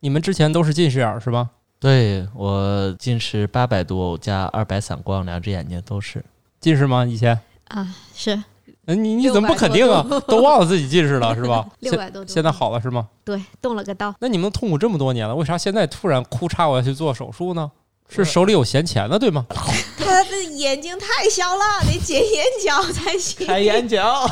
你们之前都是近视眼儿是吧？对我近视八百度加二百散光，两只眼睛都是。近视吗？以前？啊，是哎你你怎么不肯定啊600多？度都忘了自己近视了是 ？吧六百多度现现在好了是吗？对，动了个刀。那你们痛苦这么多年了，为啥现在突然哭嚓我要去做手术呢？是我手里有闲钱了对 吗？ 他的眼睛太小了，得解眼角才行。眼角，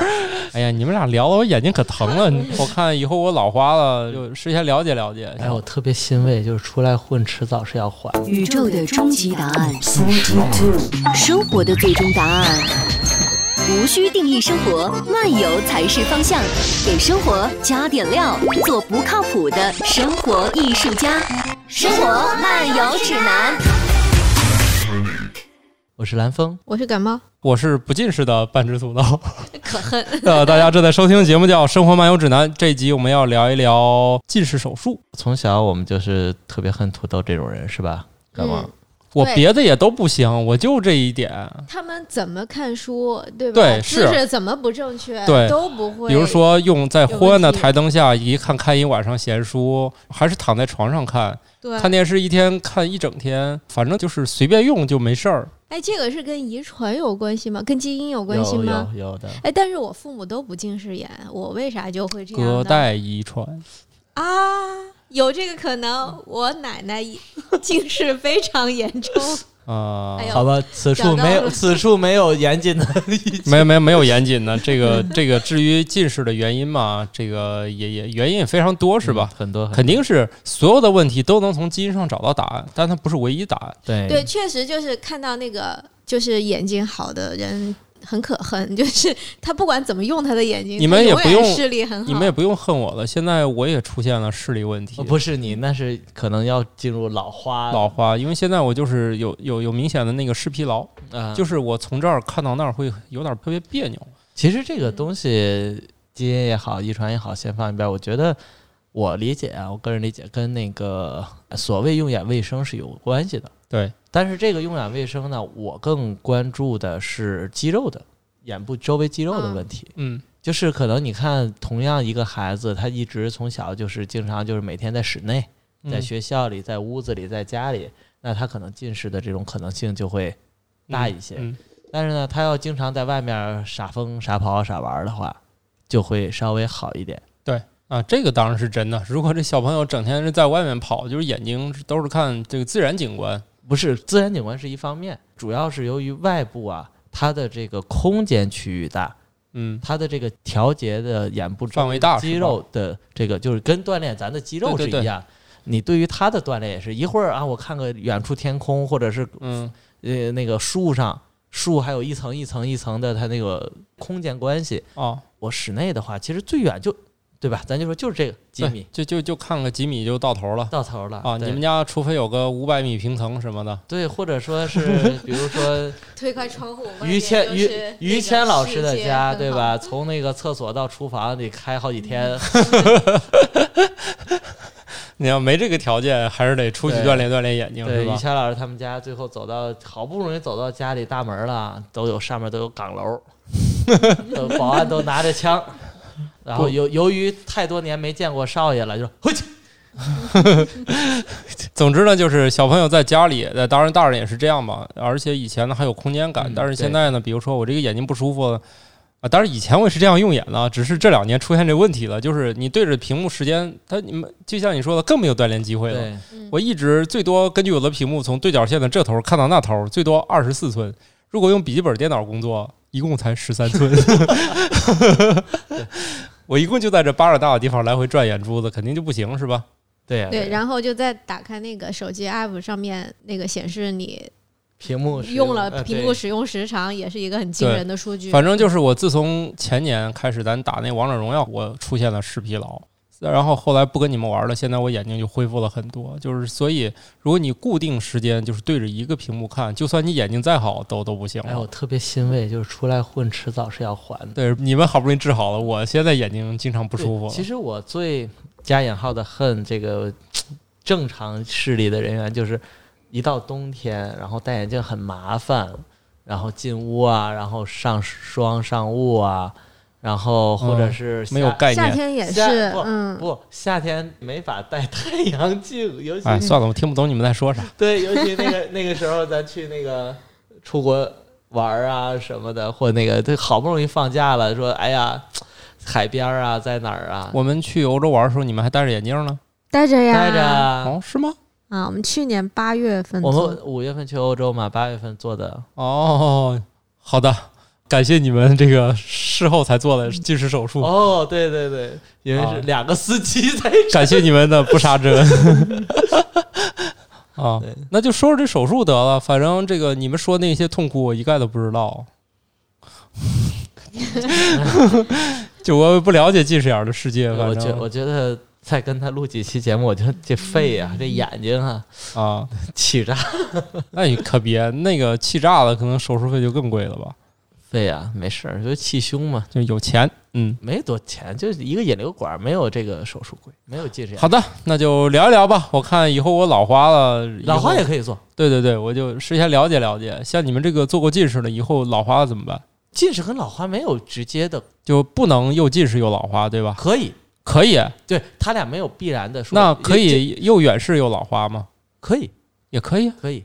哎呀，你们俩聊的我眼睛可疼了， 我看以后我老花了，就事先了解了解。哎，我特别欣慰，就是出来混，迟早是要还。宇宙的终极答案，生活的最终答案。无需定义生活，漫游才是方向。给生活加点料，做不靠谱的生活艺术家。生活漫游指南。我是蓝峰，我是感冒，我是不近视的半只土豆。 可恨。 呃，大家正在收听的节目叫《生活漫游指南》，这一集我们要聊一聊近视手术。从小我们就是特别恨土豆这种人，是吧？干嘛？我对别的也都不行，我就这一点。他们怎么看书，对吧？对姿是势怎么不正确，对都不会。比如，说用在昏暗的有问题台灯下一看看一晚上闲书，还是躺在床上看，对，看电视一天看一整天，反正就是随便用就没事儿。哎，这个是跟遗传有关系吗？跟基因有关系有吗？有有的，哎，但是我父母都不近视眼，我为啥就会这样隔呢？代遗传，啊，有这个可能。我奶奶一 近视非常严重，啊、哎 呦好吧，此处讲到没了有此处没有严谨的意见。没有没有没有严谨的这 个这个，至于近视的原因嘛，这个也也原因也非常多，是吧？ 嗯很多很肯定是所有的问题都能从基因上找到答案，但它不是唯一答案。对对，确实就是看到那个就是眼睛好的人。很可恨， 就是他不管怎么用他的眼睛，你们他也永不远用视力嗯很好。你们也不用恨我了，现在我也出现了视力问题哦，不是你，那是可能要进入老花，老花，因为现在我就是有有有明显的那个视疲劳，啊就是我从这儿看到那儿会有点特别别扭。其实这个东西，基因也好，遗传也好，先放一边儿。我觉得我理解啊，我个人理解跟那个所谓用眼卫生是有关系的。对，但是这个用眼卫生呢，我更关注的是肌肉的眼部周围肌肉的嗯问题。嗯，就是可能你看，同样一个孩子，他一直从小就是经常就是每天在室内，嗯在学校里，在屋子里，在家里，那他可能近视的这种可能性就会大一些。嗯但是呢，他要经常在外面傻疯、傻跑、傻玩儿的话，就会稍微好一点。啊，这个当然是真的。如果这小朋友整天是在外面跑，就是眼睛都是看这个自然景观，不是自然景观是一方面，主要是由于外部啊，它的这个空间区域大，嗯，它的这个调节的眼部范围大，肌肉的这个就是跟锻炼咱的肌肉对对是一对样。你对于它的锻炼也是一会儿啊，我看个远处天空，或者是嗯，呃那个树上，树还有一层一层一层的它那个空间关系。哦，我室内的话，其实最远就对吧？咱就说就是这个几对米，就就就看个几米就到头了到头了啊！对你们家除非有个五百米平层什么的，对，或 者说是比如说推开窗户， 外于面谦就于是那于个谦老世师的界家，很对好？嗯吧？从那个厕所到厨房得开好几天，你要没这个条件，还是得出去对锻炼锻炼眼睛，是对，于吧？谦老师他们家最后走到好不容易走到家里大门了，都有上面都有岗楼， 都保安都拿着枪，然后不由由于太多年没见过少爷了，就说回去。总之呢，就是小朋友在家里，呃，当然大人也是这样吧。而且以前呢还有空间感，嗯但是现在呢，比如说我这个眼睛不舒服了啊，当然以前我也是这样用眼的，只是这两年出现这问题了，就是你对着屏幕时间，它你们就像你说的，更没有锻炼机会了。对，嗯我一直最多根据我的屏幕从对角线的这头看到那头，最多二十四寸。如果用笔记本电脑工作，一共才十三 寸。 我一共就在这巴掌大的地方来回转眼珠子，肯定就不行，是吧？对呀、对，呀然后就再打开那个手机 app 上面那个显示你屏幕使用呃了屏对幕使用时长，也是一个很惊对人的数据。反正就是我自从前年开始，咱打那王者荣耀，我出现了视疲劳，然后后来不跟你们玩了，现在我眼睛就恢复了很多。就是所以，如果你固定时间就是对着一个屏幕看，就算你眼睛再好，都都不行哎，我了。特别欣慰，就是出来混，迟早是要还的。对，你们好不容易治好了，我现在眼睛经常不不舒服。其实我最加引号的恨这个正常视力的人员，就是一到冬天，然后戴眼镜很麻烦，然后进屋啊，然后上霜上雾啊，然后或者嗯是夏、没有概夏念。天也是夏不，嗯，不，夏天没法戴太阳镜，尤其、嗯哎，算了，我听不懂你们在说啥。 对，尤其那个那个时候咱去那个出国玩儿啊什么的，或那个这好不容易放假了，说哎呀，海边儿啊，在哪儿啊，我们去欧洲玩的时候，你们还戴着眼镜呢？待着呀，待着啊。哦，是吗？啊。我们去年八月份我做们五月份去欧洲嘛，八月份做的，哦，好的，感谢你们这个事后才嗯做的近视手术，哦，对对对，因为嗯啊是两个司 机在感谢你们的不杀之恩。 啊，那就说说这手术得了，反正这个你们说那些痛苦我一概都不知道， 就我不了解近视眼的世界，我反觉正我觉得再跟他录几期节目，我觉得这肺啊，这眼睛啊，啊，气炸那你可别那个气炸了，可能手术费就更贵了吧，肺啊，没事儿，就气胸嘛，就有钱，嗯。没多钱，就是一个引流管，没有这个手术贵，没有近视眼。好的，那就聊一聊吧。我看以后我老花了，以后老花也可以做，对对对，我就事先了解了解。像你们这个做过近视的，以后老花了怎么办？近视跟老花没有直接的，就不能又近视又老花，对吧？可以，可以，对他俩没有必然的说。那可这，以又远视又老花吗？可以，也可以啊。可以。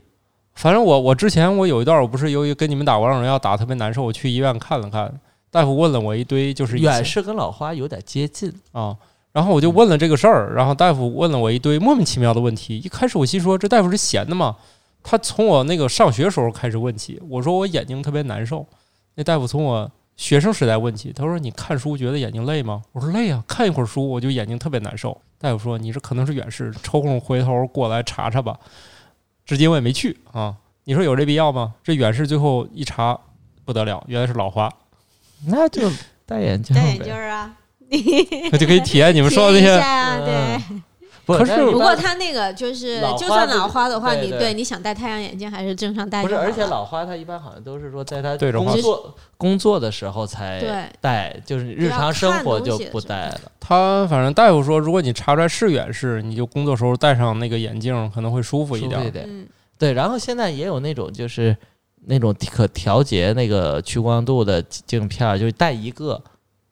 反正我我之前我有一段我不是由于跟你们打王者荣耀打得特别难受，我去医院看了看，大夫问了我一堆就是以前远视跟老花有点接近，啊。然后我就问了这个事儿，然后大夫问了我一堆莫名其妙的问题。一开始我心说这大夫是闲的嘛，他从我那个上学时候开始问起。我说我眼睛特别难受，那大夫从我学生时代问起，他说你看书觉得眼睛累吗？我说累啊，看一会儿书我就眼睛特别难受。大夫说你这可能是远视，抽空回头过来查查吧。至今我也没去啊。你说有这必要吗？这远视最后一查不得了，原来是老花，那就戴眼镜戴眼镜儿啊，我就可以体验你们说的那体验一些。下啊，对。不可是但我不过他那个就是老花，就算老花的话，对你对对你想戴太阳眼镜还是正常戴不，就是好了。而且老花他一般好像都是说在他对着画工作工作的时候才对戴，就是日常生活就不戴了。他反正大夫说，如果你查出来是远视，你就工作时候戴上那个眼镜可能会舒服一舒服一点。点嗯，对，然后现在也有那种就是那种可调节那个屈光度的镜片儿，就是带一个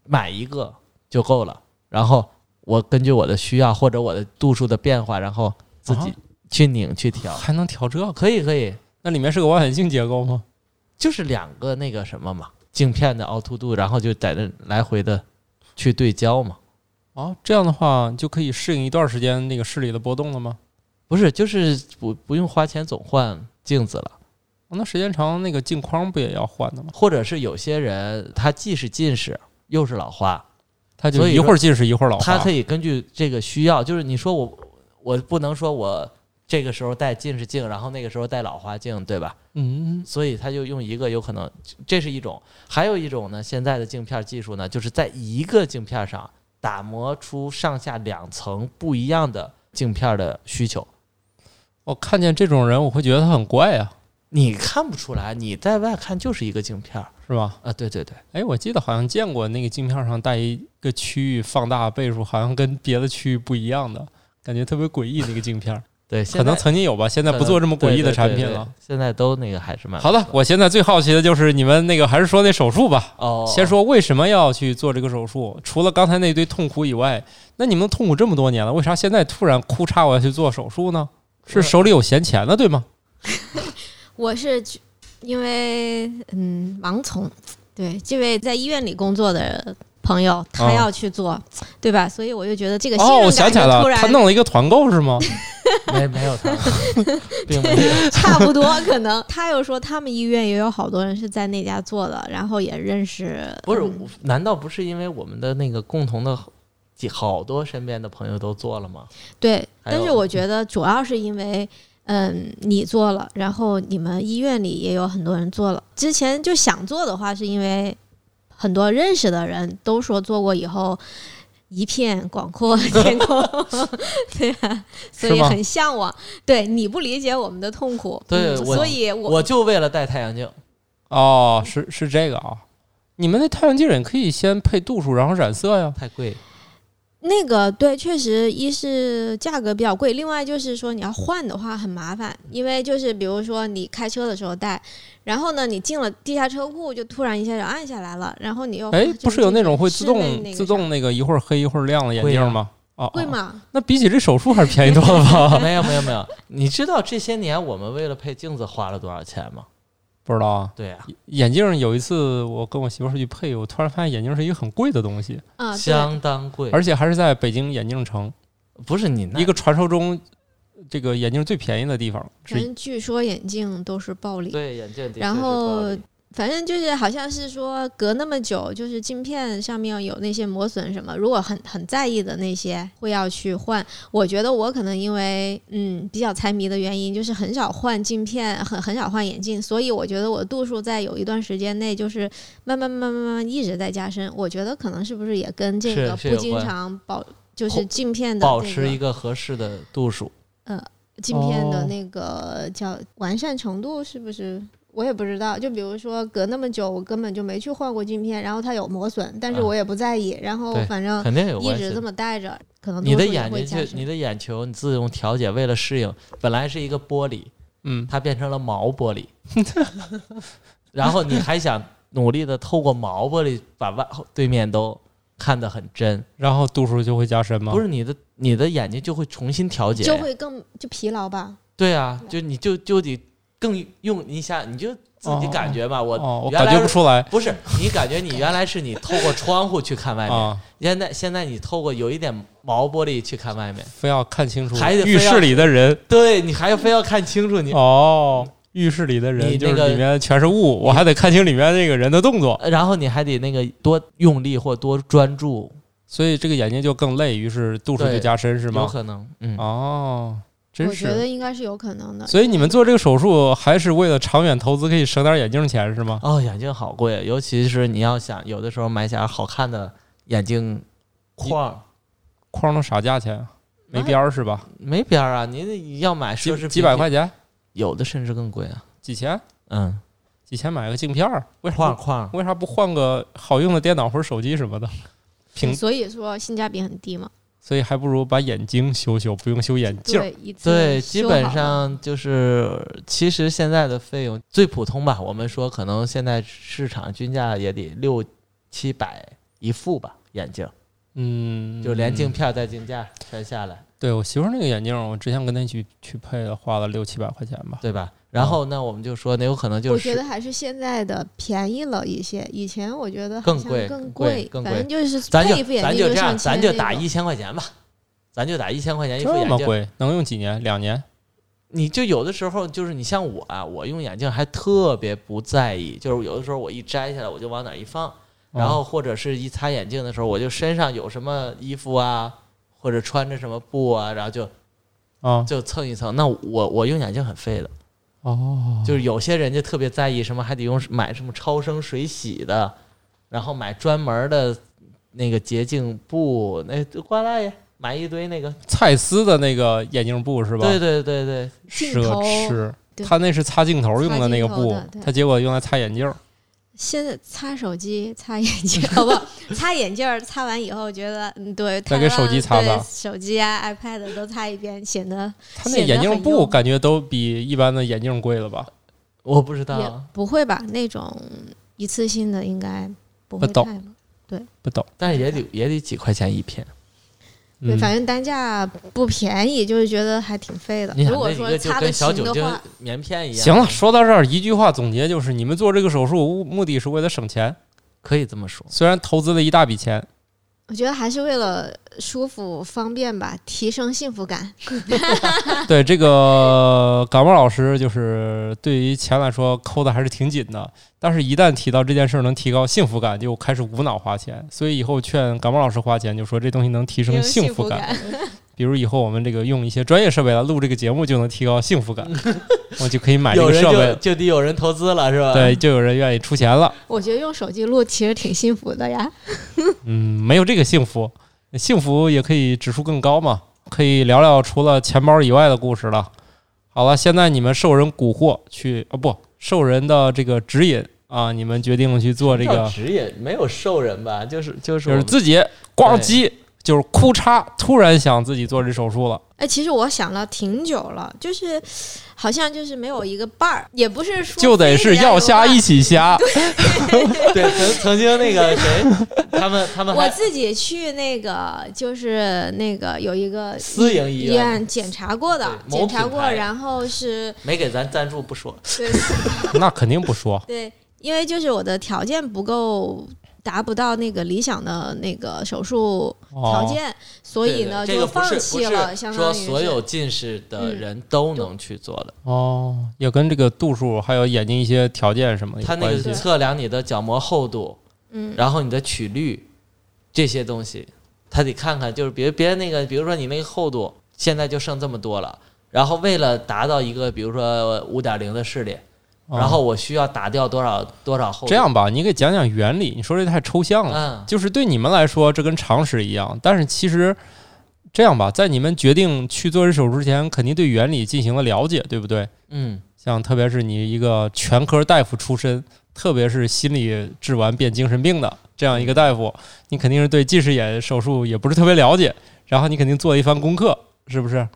买一个就够了。然后我根据我的需要或者我的度数的变化，然后自己啊去拧去调，还能调这个？可以可以，那里面是个望远镜结构吗？就是两个那个什么嘛，镜片的凹凸度，然后就在那来回的去对焦嘛。啊，这样的话就可以适应一段时间那个视力的波动了吗？不是，就是不不用花钱总换镜子了，哦那时间长，那个镜框不也要换的吗？或者是有些人他既是近视又是老花，他就所以一说会儿近视一会儿老他花可。以根据这个需要，就是你说我我不能说我这个时候戴近视镜，然后那个时候戴老花镜，对吧？嗯，所以他就用一个有可能，这是一种，还有一种呢，现在的镜片技术呢，就是在一个镜片上打磨出上下两层不一样的镜片的需求。我看见这种人，我会觉得他很啊怪呀、你看不出来，你在外看就是一个镜片儿是吧？啊，对对对，哎，我记得好像见过那个镜片上带一个区域放大倍数，好像跟别的区域不一样的，感觉特别诡异。那个镜片儿对，可能曾经有吧，现在不做这么诡异的产品了。，现在都那个还是蛮啊好的，我现在最好奇的就是你们那个，还是说那手术吧。哦，先说为什么要去做这个手术？除了刚才那堆痛苦以外，那你们痛苦这么多年了，为啥现在突然哭嚓我要去做手术呢？是手里有闲钱了，对吗？我是觉因为嗯盲从，对这位在医院里工作的朋友，他啊要去做，对吧？所以我就觉得这个信哦，我任想感起就来了突，他然弄了一个团购是吗？没没有他，并没有。差不多可能。他又说他们医院也有好多人是在那家做的，然后也认识。不是嗯，难道不是因为我们的那个共同的几好多身边的朋友都做了吗？对，还但是有嗯我觉得主要是因为，嗯，你做了，然后你们医院里也有很多人做了。之前就想做的话，是因为很多认识的人都说做过以后。一片广阔天空， 对啊， 所是以吗很向往。对，你不理解我们的痛苦，对嗯我所以我我就为了戴太阳镜，哦，是 是这个啊。你们那太阳镜也可以先配度数，然后染色呀。太贵。那个对，确实一是价格比较贵，另外就是说你要换的话很麻烦，因为就是比如说你开车的时候带，然后呢你进了地下车库就突然一下就按下来了，然后你又哎哦就，不是有那种会自室内动那个自动那个一会儿黑一会儿亮的眼镜吗？哦，贵哦？吗？那比起这手术还是便宜多了 吧？没有没有没有，你知道这些年我们为了配镜子花了多少钱吗？不知道啊。对呀、眼镜有一次我跟我媳妇儿出去配，我突然发现眼镜是一个很贵的东西，啊，对相当贵。而且还是在北京眼镜城，不是你那一个传说中这个眼镜最便宜的地方。反是正据说眼镜都是暴利，对眼镜的确是然暴后利反正就是好像是说隔那么久，就是镜片上面有那些磨损什么，如果很很在意的那些会要去换。我觉得我可能因为嗯比较财迷的原因，就是很少换镜片，很很少换眼镜，所以我觉得我度数在有一段时间内就是慢慢慢慢慢慢一直在加深。我觉得可能是不是也跟这是个是不有经关常保就是控镜片的、这个、保持一个合适的度数。镜片哦的那个叫完善程度是不是？我也不知道。就比如说隔那么久，我根本就没去换过镜片，然后它有磨损，但是啊我也不在意，然后对反正肯定有啊一关系直这。么戴着，可能你度的数也眼会睛加就你深。的眼球，你自动调节，为了适应，本来是一个玻璃，嗯，它变成了毛玻璃，然后你还想努力的透过毛玻璃把外对面都看得很真，然后度数就会加深吗？不是你的你的眼睛就会重新调节，就会更就疲劳吧，对啊，就你就就得更用一下，你就自己感觉吧。哦，我我原感来觉不出来不是你感觉你原来是你透过窗户去看外面，啊，现在现在你透过有一点毛玻璃去看外面，非要看清楚还得非浴要室里的人对你还要非要看清楚你。哦，浴室里的你人就那是个里面全是雾，我还得看清里面那个人的动作，呃然后你还得那个多用力或多专注，所以这个眼睛就更累，于是度数就对加深是有吗？可能，嗯，哦，真我觉是。得应该是有可能的。所以你们做这个手术还是为了长远投资，可以省点眼镜钱是吗？ 哦，眼镜好贵，尤其是你要想有的时候买点好看的眼镜框儿，框都啥价钱啊？没边儿是吧？没边儿啊，你得要买奢几侈品几百块，钱？有的甚至更贵啊，几千？嗯，几千买个镜片儿？为框儿啥不？框儿，为啥不换个好用的电脑或者手机什么的？屏，所以说性价比很低嘛。所以还不如把眼睛修修，不用修眼镜儿。对，一次对，基修本好了上就是，其实现在的费用最普通吧，我们说可能现在市场均价也得六七百一副吧，眼镜嗯，就连镜。片带镜架全下来，对我媳妇儿那个眼镜儿，我之前跟她一起去配的，花了六七百块钱吧。对吧？然后那我们就说，那有可能就我是觉得还是现在的便宜了一些，以前我觉得好更像贵更贵更反贵正就是咱配就一副眼咱镜就这上样，千咱就那打种一千块钱吧，咱就打一千块钱一副这么眼镜。贵，能用几年？两年？你就有的时候就是你像我啊，我用眼镜还特别不在意，就是有的时候我一摘下来我就往哪儿一放，然哦后或者是一擦眼镜的时候，我就身上有什么衣服啊，或者穿着什么布啊，然后就啊就蹭一蹭。那我我用眼镜很费的，哦，就是有些人就特别在意什么，还得用买什么超声水洗的，然后买专门的那个洁净布，那瓜大爷买一堆那个，蔡司的那个眼镜布是吧？对对对对，奢镜头侈。对他那是擦镜头用那个擦镜布头的，对他结果用来擦眼镜儿。现在擦手机、擦眼镜， 好不好？擦眼镜儿擦完以后，觉得嗯，对，再给手机擦太乱吧了对手机啊、iPad 都擦一遍，显得他那眼镜显得很布用感觉都比一般的眼镜贵了吧？我不知道也啊。不会吧？那种一次性的应该不不会懂太嘛不懂，但是也得也得几块钱一片。对，嗯反正单价不便宜，就是觉得还挺费的。你想如果这一说个就擦跟得小勤酒的精话，棉片一样。嗯行了，说到这儿，一句话总结就是：你们做这个手术目的是为了省钱，可以这么说。虽然投资了一大笔钱， 我觉得还是为了舒服方便吧，提升幸福感。对这个感冒老师，就是对于钱来说抠的还是挺紧的，但是一旦提到这件事儿能提高幸福感，就开始无脑花钱。所以以后劝感冒老师花钱，就说这东西能提升幸福感。比如以后我们这个用一些专业设备来录这个节目，就能提高幸福感， 我就可以买这有个人设就呃备，就得有人投资了，是吧？对，，就有人愿意出钱了。 我觉得用手机录其实挺幸福的呀。嗯，没有这个幸福，幸福也可以指数更高嘛。可以聊聊除了钱包以外的故事了。好了，现在你们受人蛊惑去啊，不受人的这个指引啊，你们决定去做这个，职业没有兽人吧？就是就是就我是们自己逛街就是哭嚓，突然想自己做这手术了。哎，其实我想了挺久了，就是好像就是没有一个伴儿，也不是说就得非是要有伴瞎儿一起瞎，对，曾曾经那个谁，他们他们我还自己去那个就是那个有一个私营医医院院检查过的，对某检查品过，牌然后是没给咱赞助不说，对那肯定不说。对，因为就是我的条件不够，达不到那个理想的那个手术条哦，件，所以呢对对这个就不是放不弃是了，相说当于所是嗯有近视的人都能去做的。哦，也跟这个度数还有眼睛一些条件什么的有它那关个系。测量你的角膜厚度，嗯然后你的曲率这些东西，它得看看，就是别别那个，比如说你那个厚度现在就剩这么多了，然后为了达到一个比如说五点零的视力，哦然后我需要打掉多少多少厚度，这样吧，你给讲讲原理。你说这太抽象了，嗯，就是对你们来说这跟常识一样，但是其实。这样吧，在你们决定去做这手术之前，肯定对原理进行了了解，对不对？嗯，像特别是你一个全科大夫出身，特别是心理治完变精神病的这样一个大夫，你肯定是对近视眼手术也不是特别了解，然后你肯定做了一番功课，是不是？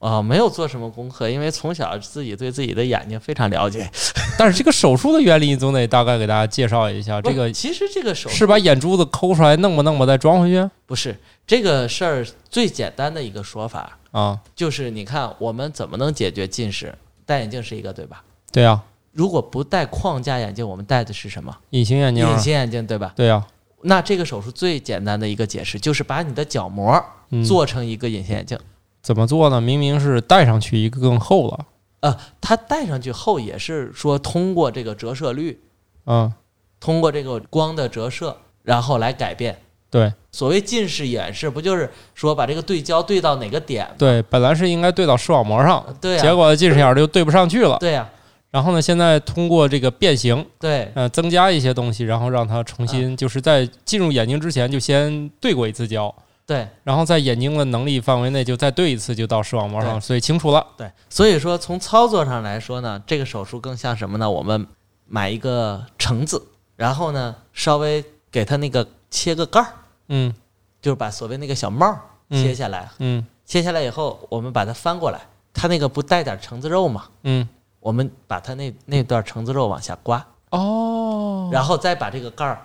啊、没有做什么功课，因为从小自己对自己的眼睛非常了解。但是这个手术的原理，你总得大概给大家介绍一下。这不个其实这个手术是把眼珠子抠出来，弄吧弄吧，再装回去不是这个事儿最简单的一个说法，啊？就是你看我们怎么能解决近视？戴眼镜是一个，对吧？对呀、啊，如果不戴框架眼镜，我们戴的是什么？隐形眼镜啊，隐形眼镜，对吧？对呀、啊，那这个手术最简单的一个解释就是把你的角膜嗯，做成一个隐形眼镜。怎么做呢？明明是戴上去一个更厚了，呃，它戴上去后也是说通过这个折射率，嗯，通过这个光的折射，然后来改变。对所谓近视远视，不就是说把这个对焦对到哪个点？呃对，本来是应该对到视网膜上，对呀、结果近视眼儿就对不上去了。对啊呀、然后呢，现在通过这个变形，对。呃，增加一些东西，然后让它重啊新就是在进入眼睛之前就先对过一次焦，对然后在眼睛的能力范围内就再对一次，就到视网膜上，对所以清楚了。对，所以说从操作上来说呢，这个手术更像什么呢？我们买一个橙子，然后呢稍微给它那个切个盖儿，嗯就是把所谓那个小帽儿切下来，嗯切下来以后，我们把它翻过来，它那个不带点橙子肉嘛？嗯，我们把它那那段橙子肉往下刮，哦，然后再把这个盖儿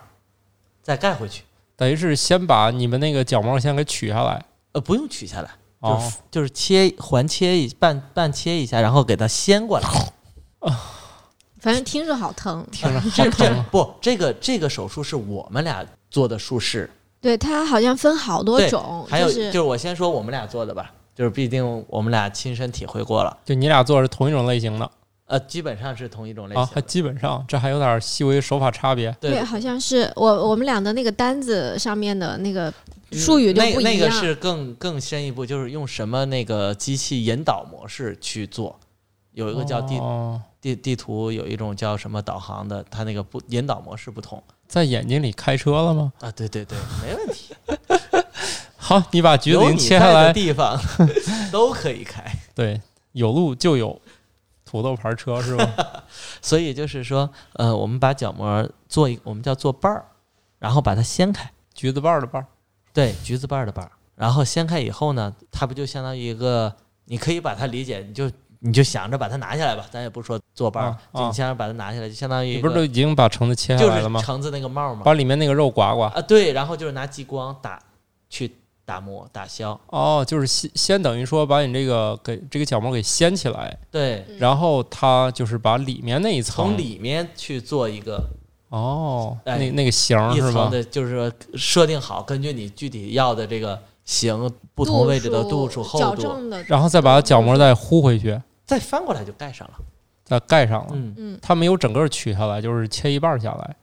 再盖回去，等于是先把你们那个角膜先给取下来。呃，不用取下来，就哦是、就是切环切一半半切一下，然后给它 掀过来。反正听着好疼。听着好这疼这啊。 不，这个这个手术是我们俩做的术式，对，它好像分好多对种，还有哦就是是我先说我们俩做的吧，就是毕竟我们俩亲身体会过了，就你俩做的是同一种类型的呃，基本上是同一种类啊，型还的。基本上这还有点细微手法差别。对，好像是我我们俩的那个单子上面的那个术语嗯就那不一样。那个是更更深一步，就是用什么那个机器引导模式去做。有一个叫地、哦，地地图，有一种叫什么导航的，它那个不引导模式不同在眼睛里开车了吗？ 啊。对对对，没问 题。好，你把橘子有已经你切下在来的，地方 都可以开。对，有路就有土豆牌车是 吧？所以就是说，呃，我们把角膜做一，我们叫做瓣儿，然后把它掀开，橘子瓣儿的瓣儿，对，橘子瓣儿的瓣儿，然后掀开以后呢，它不就相当于一个，你可以把它理解，你就你就想着把它拿下来吧，咱也不说做瓣儿，啊就啊你想着把它拿下来，就相当于你一不是都个已经把橙子切下就来了是吗？橙子那个帽儿嘛，把里面那个肉刮刮。啊对，然后就是拿激光打去打磨打消，哦，就是先先等于说把你这个给这个角膜给掀起来，对，嗯然后它就是把里面那一层从里面去做一个哦，哎那那个形儿一是层吧？的，就是说设定好，根据你具体要的这个型，不同位置的度数厚矫度，正的，然后再把角膜再糊回去，再翻过来就盖上了，再盖上了。嗯。嗯，它没有整个取下来，就是切一半儿下来。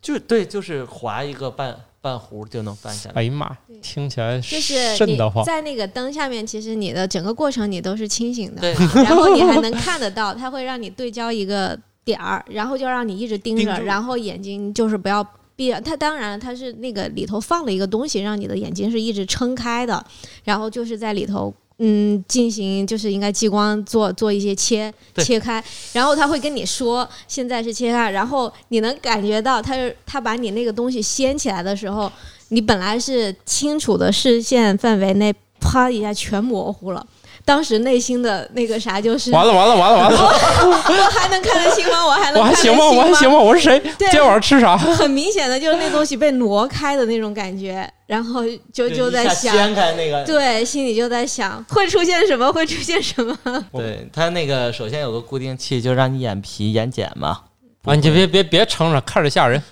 就对，就是划一个半半弧就能翻下来。哎呀妈呀对，听起来就是瘆你得慌。在那个灯下面，其实你的整个过程你都是清醒的，对，然后你还能看得到，它会让你对焦一个点儿，然后就让你一直盯盯着，住然后眼睛就是不要闭着。它当然它是那个里头放了一个东西，让你的眼睛是一直撑开的，然后就是在里头。嗯，进行就是应该激光做做一些切对切开，然后他会跟你说现在是切开，然后你能感觉到他是他把你那个东西掀起来的时候，你本来是清楚的视线范围内，啪一下全模糊了。当时内心的那个啥就是，完了完了完了完 了，我还能看得清吗？我还能我还看得行吗？我还行吗？我是谁？今对天晚上吃啥？很明显的就是那东西被挪开的那种感觉，然后就就在想，掀开那个，对，心里就在想会出现什么，会出现什么。对它那个首先有个固定器，就让你眼皮眼睑嘛。 啊，你就别别别撑着，看着吓 人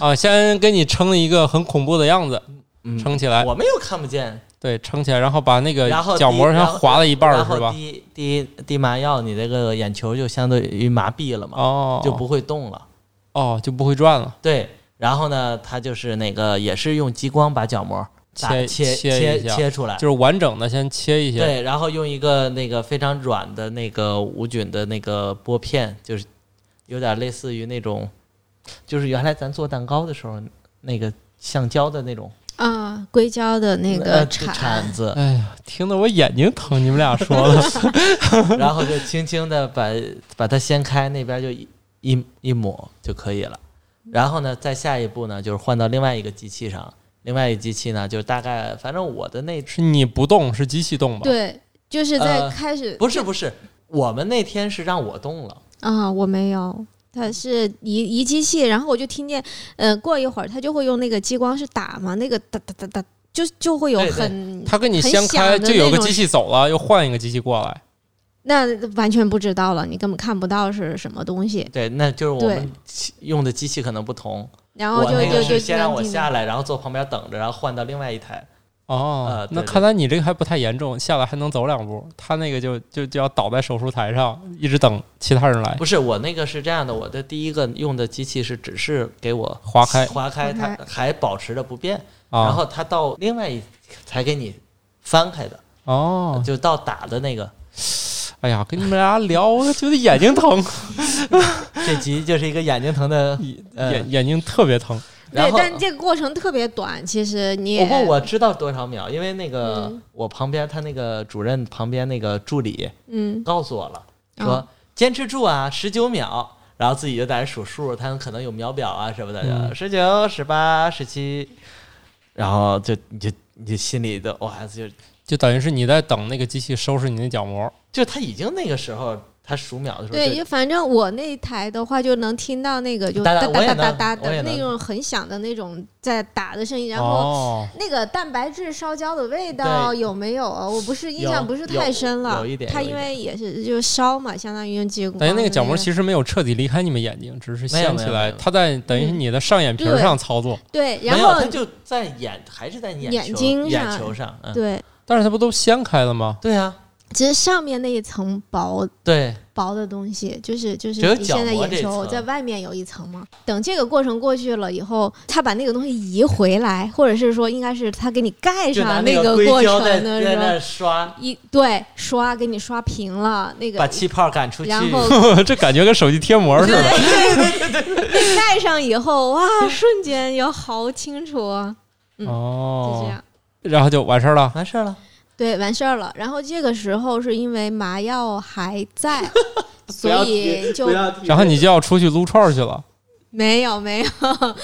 啊！先给你撑一个很恐怖的样子，嗯撑起来，我们又看不见，对，撑起来，然后把那个然后角滴膜先然后划了一半儿然后是吧？滴滴滴麻药，你这个眼球就相对于麻痹了嘛，哦，就不会动了。哦就不会转了，对，然后呢，它就是那个也是用激光把角膜打切切切切一下切出来就，是完整的先切一些，对，然后用一个那个非常软的那个无菌的那个玻片，就是有点类似于那种，就是原来咱做蛋糕的时候那个橡胶的那种 啊，硅胶的那呃个就铲，铲子，哎呀，听得我眼睛疼，你们俩说的， 然后就轻轻的把把它掀开，那边就一一一抹就可以了。然后呢，再下一步呢，就是换到另外一个机器上，另外一个机器呢，就大概反正我的那是你不动，是机器动吧？对，就是在呃开始、不是不是，我们那天是让我动了，啊，我没有。它是移移机器，然后我就听见，呃，过一会儿它就会用那个激光是打嘛，那个哒哒哒哒，就就会有对对很他给你很掀开，响的就有那个种机器走了，又换一个机器过来。那完全不知道了，你根本看不到是什么东西，对，那就是我对们机用的机器可能不同。然后我就那就个就是先让我能听下到来，然后坐旁边等着，然后换到另外一台。哦啊呃，那对看来你这个还不太严重，下来还能走两步。他那个就就就要倒在手术台上，一直等其他人来不。是我那个是这样的，我的第一个用的机器是只是给我划 开划开它划还保持着不变，然啊，后它到另外一才给你翻开的，哦，就到打的那个。哎呀，跟你们俩聊，我觉得眼睛疼，，这集就是一个眼睛疼的眼呃眼眼睛特别疼。然对，后。但这个过程特别短，其实你也不过我知道多少秒，因为那个、嗯我旁边他那个主任旁边那个助理嗯告诉我了，嗯说坚持住啊，十九秒，然后自己就在那数数，他可能有秒表啊什么的，嗯十九、十八、十七，然后就你就你就心里的哇，就就等于是你在等那个机器收拾你的角膜，就他已经那个时候他数秒的时候就，对，就反正我那台的话，就能听到那个就哒哒哒哒我也哒哒能哒我也的能那种很响的那种在打的声音，然后哦，那个蛋白质烧焦的味道对有没有啊？我不是印象有不是有太深了，有一点它有一因为也是就烧嘛，相当于用激光的等那于个。那个角膜其实没有彻底离开你们眼睛，只是没有掀没起有没来，有它在等于是你的上眼皮儿嗯对上操作。对，没然有后他就在眼还是在你眼球睛眼上球上，嗯，对，但是它不都掀开了吗？ 对啊，其实上面那一层薄对，薄的东西，就是就只有是你角现在膜眼这球层在外面有一层嘛。等这个过程过去了以后，他把那个东西移回来，或者是说应该是他给你盖就拿上个个硅过胶程在的在时那候，刷，一对刷给你刷平了那把个，气泡赶出去，然后这感觉跟手机贴膜似的。 被盖上以后， 哇，瞬间有好清楚啊，嗯就这哦样。，然后就完事儿了。完事儿了，对，完事儿了。然后这个时候是因为麻药还在， 不要所提以就不要提然后你就要出去撸串儿去了。没有没有，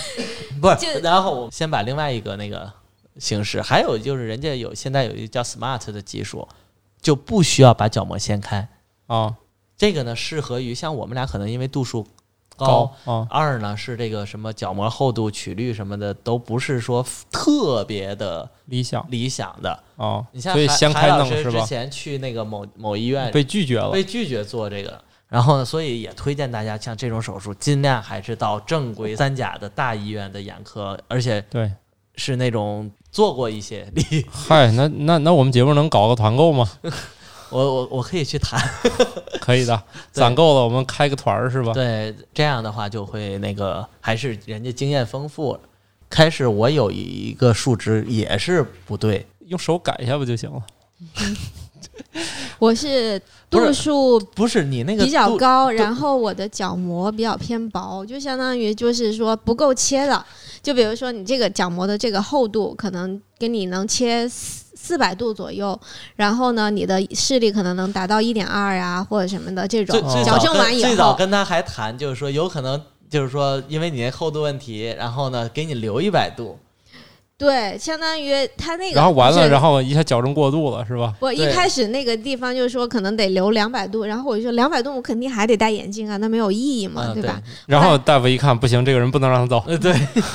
不是，就然后我们先把另外一个那个形式，还有就是人家有现在有一个叫 smart 的技术，就不需要把角膜掀开。啊，这个呢，适合于像我们俩可能因为度数高，高啊，二呢是这个什么角膜厚度、曲率什么的都不是说特别的理想理想的。啊，你像所以韩掀韩开老弄师是之吧？前去那个某某医院被拒绝了被拒绝做这个。然后呢，所以也推荐大家像这种手术，尽量还是到正规三甲的大医院的眼科，而且对，是那种做过一些 例，嗨，那那那我们节目能搞个团购吗？我我我可以去谈。可以的， 对攒够了我们开个团儿是吧？对，这样的话就会那个，还是人家经验丰富。开始我有一个数值也是不对，用手改一下不就行了？我是不是度数不是你那个比较度，高，然后我的角膜比较偏薄，就相当于就是说不够切了。就比如说你这个角膜的这个厚度，可能跟你能切四四百度左右，然后呢，你的视力可能能达到一点二呀或者什么的这种最最。矫早正完跟以最早后，跟他还谈，就是说有可能就是说因为你那厚度问题，然后呢给你留一百度，对，相当于他那个然后完了，然后后一下矫正过度了，是吧？我一对开始那个地方就说可能得留两百度，然后我就说两百度我肯定还得戴眼镜啊，那没有意义嘛，嗯，对吧？然后大夫一看不行，这个人不能让他走，呃，对，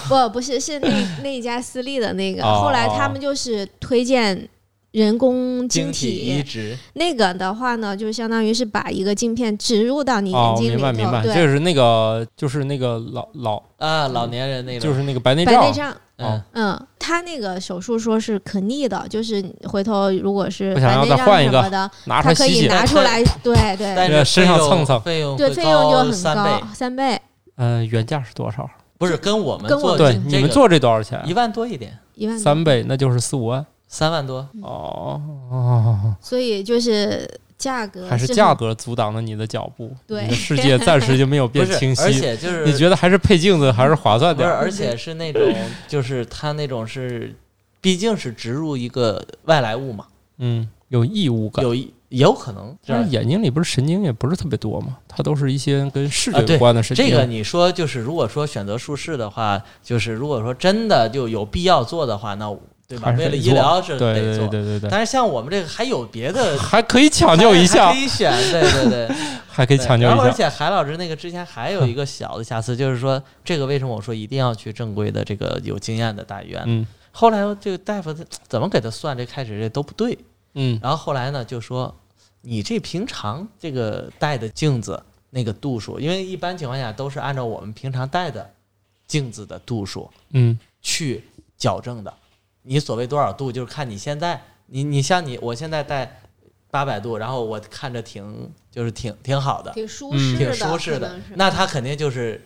不，不是，是那 那一家私立的那个。哦后来他们就是推荐人工晶移植，那个的话呢，就相当于是把一个镜片植入到你眼哦，睛里明头，白明白，对，这个是那个就是那个老老啊，老年人那种，就是那哦个白内白内障，障。嗯，嗯，他那个手术说是可逆的，就是回头如果是不想白要内再障换一什个么的，拿出他来可洗以洗，拿出来， 对对但这是身上费用蹭蹭费用对，会费用就很三倍，三倍嗯，原价是多少？不是跟我们跟我做们哦这对，个你们做这多少钱一？万多一点，一万多三倍，那就是四五万。三万多，嗯哦哦，所以就是价格还是是价很格阻挡了你的脚步，对你的世界暂时就没有 不变是清，而晰。且就是你觉得还是配镜子还是划算不点是，儿？而且是 那种就是它那种是，毕竟是植入一个外来物嘛，嗯，有异物感。有一也有可能这但样是啊眼睛里不是神经也不是特别多嘛，它都是一些跟视觉啊对有关的神经。这个你说就是，如果说选择术式的话，就是如果说真的就有必要做的话，那我对吧？还是为了得医做疗是对得对做对。对对对，，但是像我们这个还有别的还可以 抢救一还下可，以选，对对对，对 还可以抢救然后而一下。且韩老师那个之前还有一个小的瑕疵，就是说这个为什么我说一定要去正规的这个有经验的大医院？嗯后来这个大夫他怎么给他算这开始这都不对，嗯，然后后来呢就说你这平常这个戴的镜子那个度数，因为一般情况下都是按照我们平常戴的镜子的度数嗯，去矫正的。你所谓多少度，就是看你现在，你你像你，我现在戴八百度，然后我看着挺就是挺挺好的，挺舒嗯适的，挺舒适可的能是，那他肯定就是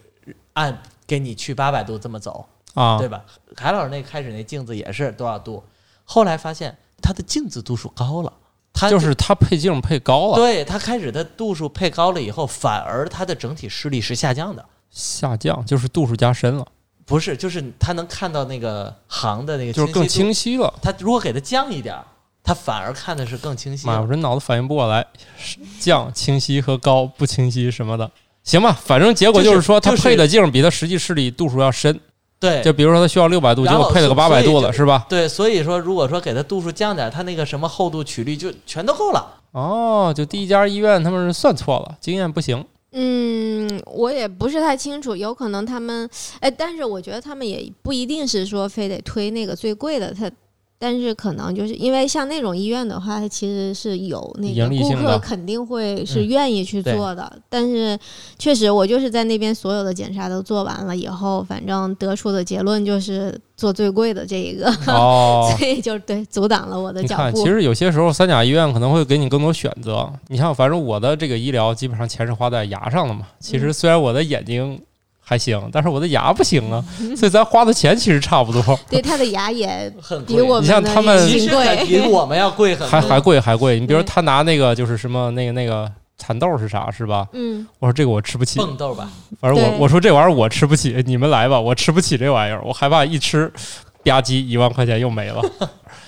按给你去八百度这么走，啊，对吧？海老师那开始那镜子也是多少度，后来发现他的镜子度数高了，他就是它配镜配高了，对他开始的度数配高了以后，反而他的整体视力是下降的，下降就是度数加深了，不是，就是他能看到那个行的那个，就是更。清晰了。他如果给他降一点儿，他反而看的是更清晰妈呀，我了。这脑子反应不过来，是降清晰和高不清晰什么的。行吧，反正结果就是就是说，它就是配的镜比它实际视力度数要深。对，就比如说，它需要六百度，结然后果配了个所八以百度就了，是吧？对，所以说，如果说给他度数降点儿，他那个什么厚度、曲率就全都够了。哦，就第一家医院他们是算错了，经验不 行。嗯，我也不是太清楚，有可能他们，哎，但是我觉得他们也不一定是说非得推那个最贵的，他，但是可能就是因为像那种医院的话，它其实是有那个盈利顾性的客肯定会是愿意去对做的，但是确实我就是在那边所有的检查都做完了以后，反正得出的结论就是做最贵的这一个，哦， 所以就对阻挡了我的你脚看，步其。实有些时候三甲医院可能会给你更多选择。你像，反正我的这个医疗基本上钱是花在牙上了嗯嘛。其实虽然我的眼睛还行，但是我的牙不行 啊，所以咱花的钱其实差不多，对他的牙也很比我你们像的他们其挺实贵还比我们要贵很多。还还贵还贵。你比如对他拿那个就是什么那个那个蚕豆是啥是吧？嗯，我说这个我吃不起，蹦豆吧，反正对我我说这玩意儿我吃不起，你们来吧，我吃不起这玩意儿，我害怕一吃吧唧一万块钱又没 了。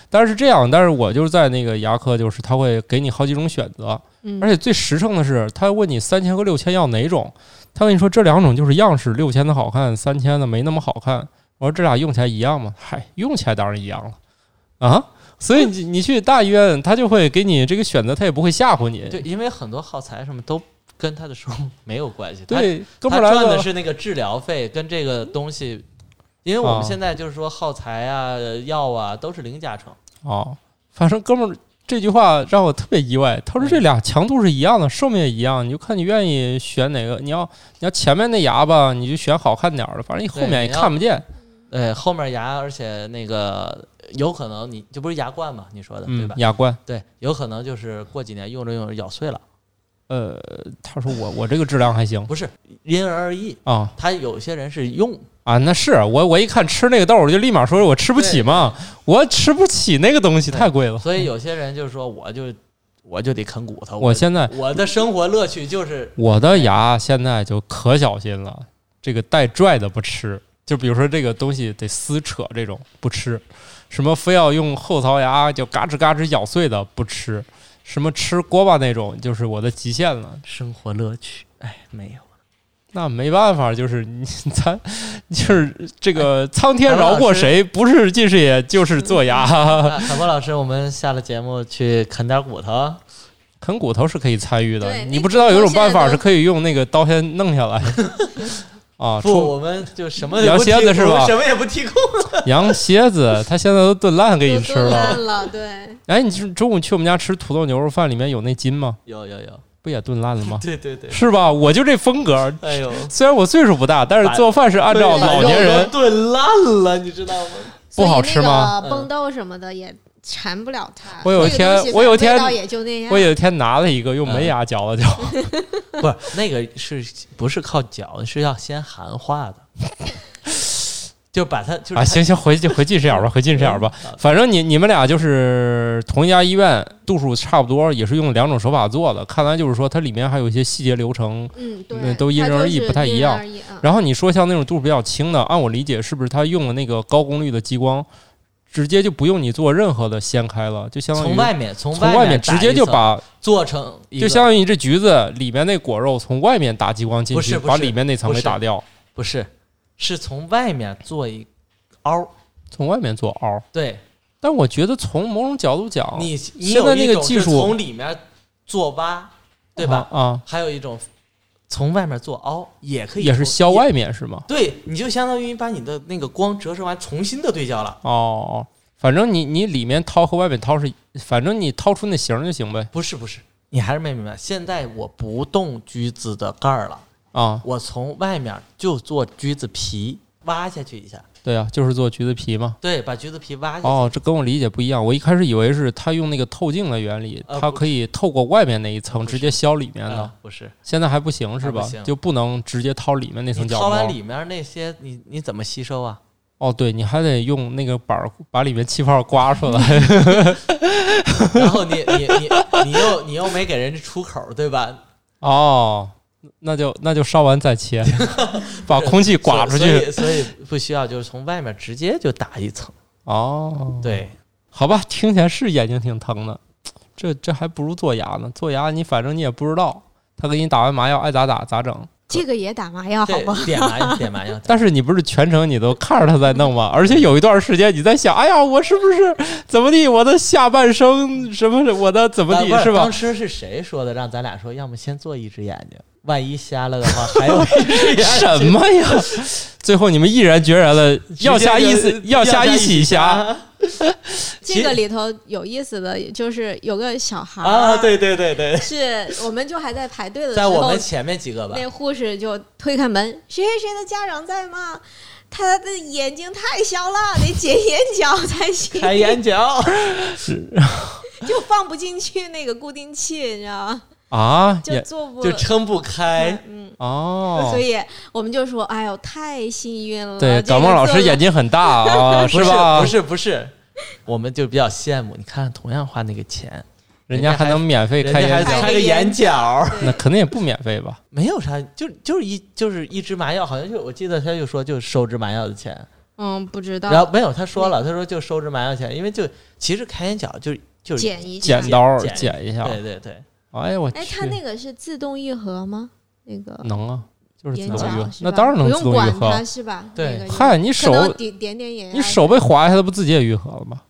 但是这样，但是我就是在那个牙科，就是他会给你好几种选择，嗯而且最实诚的是，他问你三千和六千要哪种，他跟你说这两种就是样式，六千的好看，三千的没那么好看。我说这俩用起来一样吗？嗨，用起来当然一样了啊。所以你你去大医院，他就会给你这个选择，他也不会吓唬你。对，因为很多耗材什么都跟他的收入没有关系。他，对，哥们他儿来赚了的是那个治疗费跟这个东西，因为我啊们现在就是说耗材啊、药啊都是零加成。哦，反正哥们儿这句话让我特别意外。嗯他说这俩强度是一样的，寿命也一样，你就看你愿意选哪个。你要你要前面那牙吧，你就选好看点儿的，反正你后面也对你要看不见。呃，后面牙，而且那个有可能你这不是牙冠嘛？你说的对嗯吧，？牙冠。对，有可能就是过几年用着用着咬碎了，呃，他说我我这个质量还行不是因人而异。啊他有些人是用啊，那是我我一看吃那个豆儿，我就立马说我吃不起嘛，我吃不起那个东西对太贵了。所以有些人就是说，我就我就得啃骨头。我现在我的生活乐趣就是我的牙现在就可小心了，这个带拽的不吃，就比如说这个东西得撕扯这种不吃，什么非要用后槽牙就嘎吱嘎吱咬碎的不吃，什么吃锅巴那种就是我的极限了。生活乐趣。哎，没有。 那没办法，就是 你咱就是这个苍天饶过谁，不是近视眼就是做牙。那海啊波老师，我们下了节目去啃点骨头， 啊啃骨头是可以参与的对，你不知道有一种办那骨头现在法都是可以用那个刀先弄下 来啊。不，出我们就什么也聊不提蝎子供是吧我们什么也不提供。羊蝎子，它现在 都炖烂给你吃了。了，对，哎，你中中午去我们家吃土豆牛肉饭，里面有那筋吗？有有有，？不也炖烂了吗对对对，是吧？我就这风 格，哎呦，虽然我岁数不大，但是把做饭是按照对老年把肉人都炖烂了，你知道吗？不好吃吗？嗯蹦豆什么的也馋不了它。我有一那个天东西我有一反正天味道也就那样。我有一天拿了一个用门牙嚼了嚼，不是那个是不是靠嚼，是要先含化的， 就把它就是嗯啊，行行，回去回近视眼吧，回近视眼吧。反正你你们俩就是呃同一家医院，度数差不多，也是用两种手法做的。看来就是说它里面还有一些细节流程。嗯，对，嗯都因它人而就异是不太因一人样而异。嗯然后你说像那种度数比较轻的，按我理解，是不是它用了那个高功率的激光，直接就不用你做任何的掀开了，就相当于从外面从从外面面直接打一就层把，做成一个就相当于你这橘子里面那果肉从外面打激光进不去，是不把是里面那层不给是打掉，不是是从外面做一凹，从外面做凹。对但我觉得从某种角度讲，你你现在有哦那一个种技是术从里面做挖，对吧？啊，啊还有一种从外面做凹也可以也是从削外面是吗？对，你就相当于把你的那个光折射完，重新的对焦了。哦，反正你你里面掏和外面掏是，反正你掏出那形儿就行呗。不是不是，你还是没明白。现在我不动橘子的盖儿了，啊，我从外面就做橘子皮挖下去一下，对啊，就是做橘子皮嘛。对，把橘子皮挖下去。哦，这跟我理解不一样。我一开始以为是它用那个透镜的原理，呃它不可以透过外面那一层不是直接削里面啊的。不是，现在还不行是还不吧？行就不能直接掏里面那你层角掏完膜。里面那些，你你怎么吸收啊？ 哦，对，你还得用那个板儿把里面气泡刮出 来。然后你你你你又你又没给人家出口，对吧？哦，那就那就烧完再 切，把空气刮出所以去。所以所以不需要，就是从外面直接就打一层。哦，对，好吧，听起来是眼睛挺疼的，这这还不如做牙呢。做牙你反正你也不知道，他给你打完麻药爱咋打咋整。这个也打麻药好对吗？，点麻药，点麻药。但是你不是全程你都看着他在弄吗？而且有一段时间你在想，哎呀，我是不是怎么地？我的下半生什么？我的怎么啊地不是吧当？时是谁说的？让咱俩说，要么先做一只眼睛，万一瞎了的话，还有一只眼睛。什么呀？最后你们毅然决然的要瞎一直起接 就要瞎一起瞎，这个里头有意思的，就是有个小孩儿啊！，对对对对，是我们就还在排队的时在我候们，前面几个吧那。护士就推开门，谁谁谁的家长在吗？他的眼睛太小了，得解眼角才行，开眼角，就放不进去那个固定器，你知道吗？啊就也做不就撑不开，嗯，哦所。以我们就说，哎呦，太幸运了。对，这感个冒老做师了眼睛很大啊，不吧？不是不是，我们就比较羡慕。你看，同样花那个钱，人家还能免费人开家还眼角开，开个眼角，那肯定也不免费吧？没有啥，就就是一就是一支麻药，好像就我记得他就说就收支麻药的钱，嗯，不知然道，后没有他说了，他说就收支麻药钱，因为就其实开眼角就就是剪一下剪。刀剪剪一下。对对对，哎我哎，去它，那个是自动愈合吗？那个能啊，就是自眼动角愈合，是吧那当然能不自用动愈管合它。是吧？对那个嗨，你可能啊手点点点眼，你手被划一下，它不自己也愈合了吗？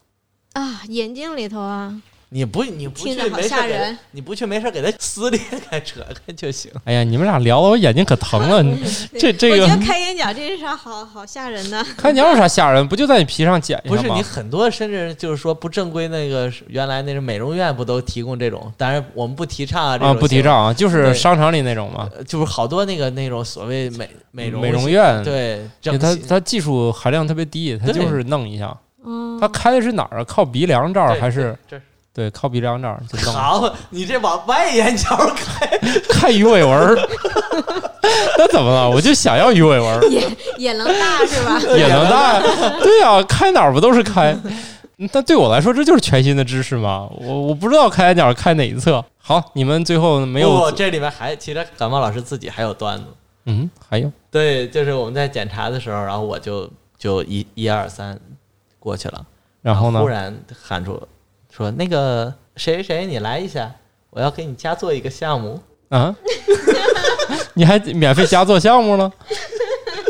啊，眼睛里头啊，你不你不去听着好没事吓儿给他人，你不去没事儿给他撕裂开扯开就行。哎呀，你们俩聊的我眼睛可疼 了。你这这我个觉得开眼角这是啥好好吓人呢？看你有啥吓人，不就在你皮上剪一不下是你吗？很多，甚至就是说不正规那个原来那是美容院不都提供这种？当然我们不提倡啊，这啊，种不提行为。倡啊，就是对商场里那种嘛，呃就是好多那个那种所谓美美容美容系院，对，因为整它形它技术含量特别低，它对就是弄一下。嗯，它开的是哪儿啊？靠鼻梁这儿对还是对这儿？对，靠鼻梁这儿就弄。好，你这往外眼角看， 看鱼尾纹儿， 那怎么了？我就想要鱼尾纹儿，眼眼能大是吧？ 也能戴。对呀、开哪儿不都是开？ 嗯但对我来说，这就是全新的知识嘛。我我不知道开眼角开哪一侧。好，你们最后没不有？这里面还其实感冒老师自己还有段子。嗯，还有对，就是我们在检查的时候，然后我就就一一二三过去了，然后呢啊忽？然喊出说那个谁谁谁，你来一下，我要给你加做一个项目。啊， 你还免费加做项目了，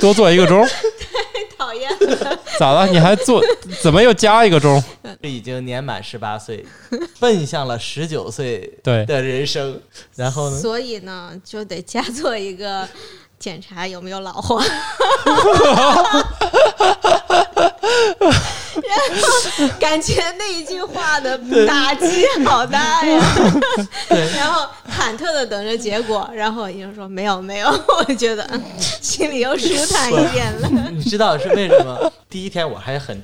多做一个钟，讨厌了，咋了？你还做怎么又加一个钟？已经年满十八岁，奔向了十九岁对，的人生。然后呢？所以呢，就得加做一个 检查有没有老化。然后感觉那一句话的打击好大呀。然后忐忑的等着结果，然后医生说没有没有， 我觉得嗯心里又舒坦一点了。你知道是为什么？第一天我还很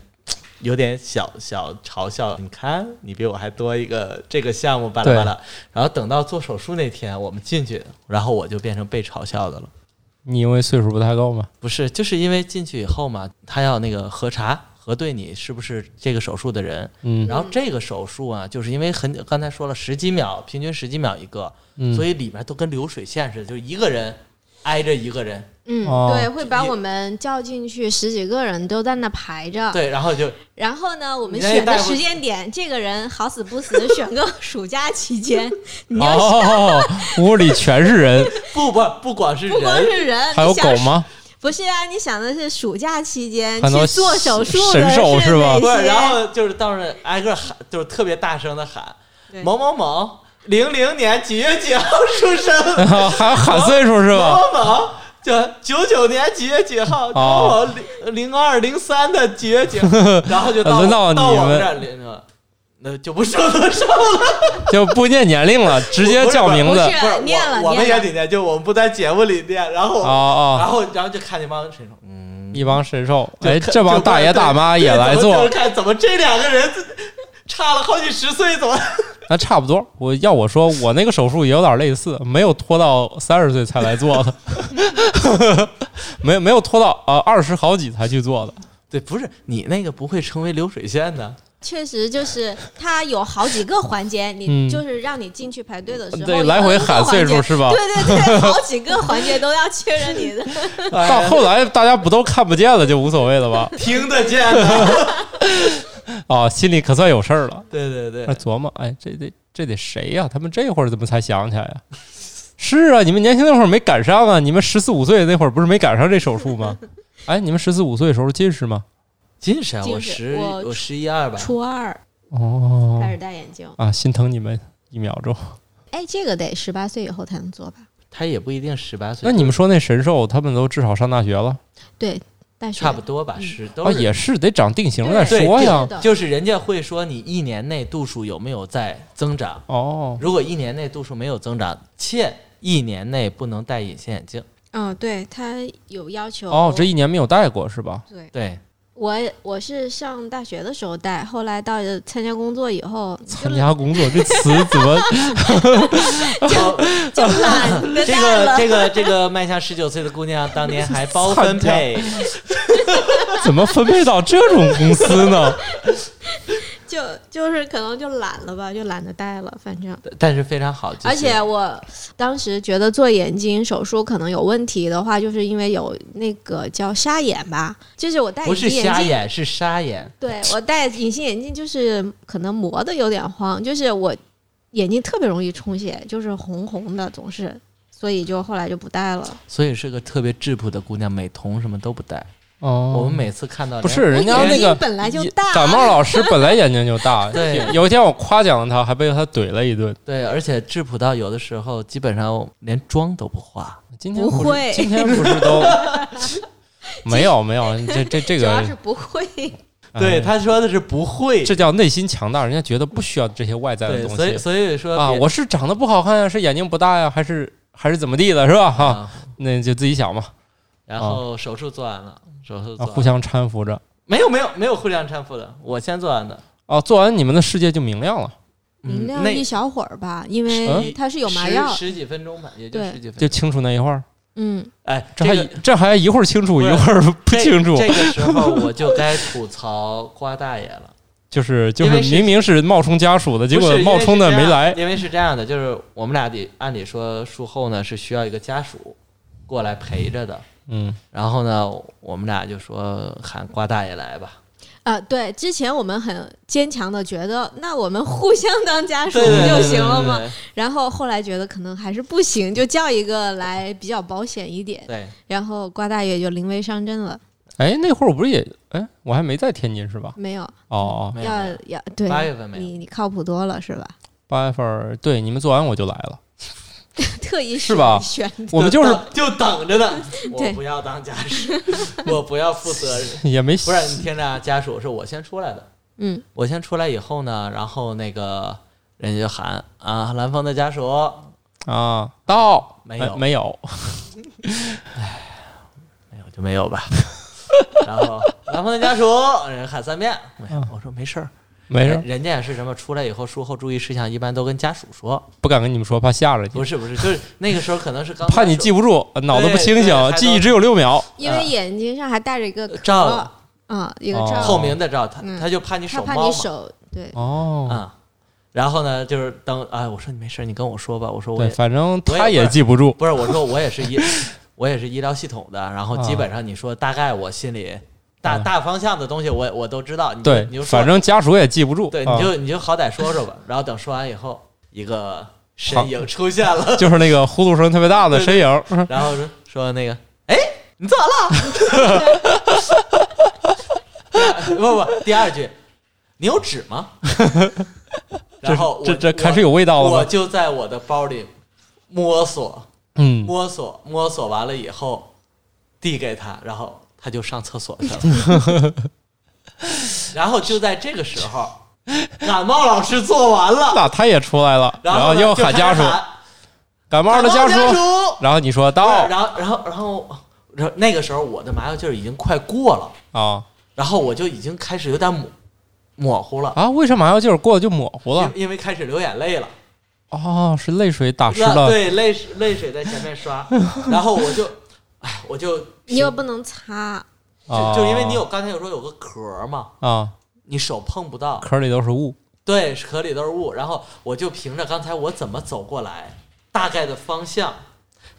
有点小小嘲笑，你看你比我还多一个这个项目巴拉巴拉。然后等到做手术那天，我们进去，然后我就变成被嘲笑的了。你因为岁数不太够嘛，不是，就是因为进去以后嘛，他要那个核查核对你是不是这个手术的人。嗯然后这个手术啊，就是因为很刚才说了十几秒，平均十几秒一个，嗯，所以以里面都跟流水线似的，就是一个人挨着一个人。嗯，哦对，会把我们叫进去，十几个人都在那排着。对，然后就然后呢，我们你那选的带回时间点，这个人好死 不死选个暑假期间，你要 哦，屋里全是人，不不不光是不光人，是人，还有你想狗？吗？不是啊，你想的是暑假期间很多去做手术的神兽是是吧哪不些是，然后就是到那儿挨个喊，就是特别大声的喊对某某某，零零年几月几号出生， 还喊岁数是吧？某某。就九九年几月几号，某某哦零零二零三的几月几号，然后就到轮到到你我们们这儿领了，那就不说多少了，就不念年龄了，直接叫名字不。是不是念了我我们念也了得念，就我们不在节目里念，然后哦然哦，后然后就看那帮谁说，嗯，一帮神兽，就哎，看这帮就大爷看大妈对也对来怎么就做是，看怎么这两个人差了好几十岁，怎么那差不多。我要我说，我那个手术也有点类似，没有拖到三十岁才来做的，没有没有拖到啊二十好几才去做的。对，不是你那个不会成为流水线的，确实就是它有好几个环节，嗯你就是让你进去排队的时候，对，有来回一个喊岁数环节是吧？对对对，好几个环节都要确 认你的。哎到后来大家不都看不见了，就无所谓了吧？听得见 的。啊，心里可算有事儿了。对对那对，琢磨，哎，这得这得谁呀、他们这会儿怎么才想起来呀、是啊，你们年轻那会儿没赶上啊！你们十四五岁那会儿不是没赶上这手术吗？哎，你们十四五岁的时候近视吗？近视啊，我近视十我我十一二吧，初二哦开始戴眼镜，啊，心疼你们一秒钟。哎，这个得十八岁以后才能做吧？他也不一定十八岁，那你们说那神兽，他们都至少上大学了对，大学差不多嗯吧，十都啊？是也是得长定型了再对说呀是。的就是人家会说你一年内度数有没有在增长，哦，如果一年内度数没有增长，切一年内不能戴隐形眼镜。嗯，对他有要求哦，这一年没有带过是吧？对，对，我我是上大学的时候戴，后来到参加工作以 后就参加工作这词怎么？就懒得这戴个了。这个这个迈向十九岁的姑 娘，当年还包分配，怎么分配到这种公司呢？就就是可能就懒了吧，就懒得戴了，反正。但是非常好，就是而且我当时觉得做眼睛手术可能有问题的话，就是因为有那个叫沙眼吧，就是我戴不隐是形瞎眼镜，眼是沙眼。对我戴隐形眼镜就是可能磨的有点慌，就是我眼睛特别容易充血，就是红红的总是，所以就后来就不戴了。所以是个特别质朴的姑娘，美瞳什么都不戴。哦，我们每次看到不是人家连那个本来就大感冒老师本来眼睛就大。对有一天我夸奖了他，还被他怼了一顿。对，而且质朴到有的时候基本上连妆都不化。今天不不会是今天不是都没有没有，这这这主要个是不会，哎对，他说的是不会。这叫内心强大，人家觉得不需要这些外在的对，东所以西所以说啊。别我是长得不好看呀，是眼睛不大呀，还是还是怎么地的，是吧？哈、啊，那就自己想吧，然后手术做完了，手术啊，做互完相搀扶着。没有没有没有互相搀扶的，我先做完的。哦，做完你们的世界就明亮了，明嗯亮那一小会儿吧，嗯因为它是有麻药，十十几分钟吧，也就对十几分就钟。清楚那一会儿。嗯，哎，这还个一这还一会儿清楚，不一是会儿不这清楚，这个时候我就该吐槽瓜大爷了。就是就因是为是明明是冒充家属的， 结不果是因为冒是充的这没样来。因为是这样的，就是我们俩得按理说术后呢是需要一个家属过来陪着的，嗯，然后呢，我们俩就说喊瓜大爷来吧，啊，对，之前我们很坚强的觉得，那我们互相当家属对对对就对行了对嘛。然后后来觉得可能还是不行，就叫一个来比较保险一点。对，然后瓜大爷就临危上阵了，哎，那会儿我不是也哎，我还没在天津是吧？没有哦哦，没有要没有要对，八月份没有，你你靠谱多了是吧？ 八月份儿对你们做完我就来了，特意是吧选选我们就是等就等着呢。对我不要当家属， 我不要负责 任。也没不是你听着啊，家属是我先出来的，嗯我先出来以后呢，然后那个人家就喊啊，兰芳的家属，啊，到没有哎没有，没哎有就没有吧。 然后兰芳的家属，人家喊三遍，没有，我说没事儿，嗯没事人儿，人家也是什么出来以后术后注意事项，一般都跟家属说，不敢跟你们说，怕吓着不你，是不是，就是那个时候可能是刚怕你记不住，呃脑子不清对还醒，都记忆只有六秒。因为眼睛上还戴着一个壳呃罩儿啊，一个哦罩儿，透明的照，他嗯他就怕你他手怕猫你嘛，手对，哦，啊，然后呢就是等哎，我说你没事儿，你跟我说吧，我说我对，也反正我也他不也是记不住。不是，我说我也是医，我也是医疗系统的，然后基本上你说大概我心里大、啊大方向的东西我我都知道，你就对你就，说反正家属也记不住。对，啊你就你就好歹说说吧，然后等说完以后，一个身影出现 了，就是那个呼噜声特别大的身影。然后说说那个，哎，你咋了？ 不不，第二句，你有纸吗？ 然后我这这我开始有味道了我吗？就在我的包里摸索。嗯，摸索摸索完了以后，递给他，然后他就上厕所去了。 然后就在这个时候，感冒老师做完了，那他也出来了，然后呢又就喊开家始属，喊感冒的感冒属，家属，然后你说不到是然后然后然后然后那个时候我的麻药劲儿已经快过了，啊然后我就已经开始有点模模糊了，啊，为什么麻药劲儿过得就模糊了？因因为开始流眼泪了。哦，是泪水打湿那了，对，泪水泪水在前面刷，然后我就，哎，我就你又不能擦，啊就就因为你有刚才有说有个壳儿嘛，啊，你手碰不到，壳里都是雾 对，壳里都是雾。然后我就凭着刚才我怎么走过来，大概的方向，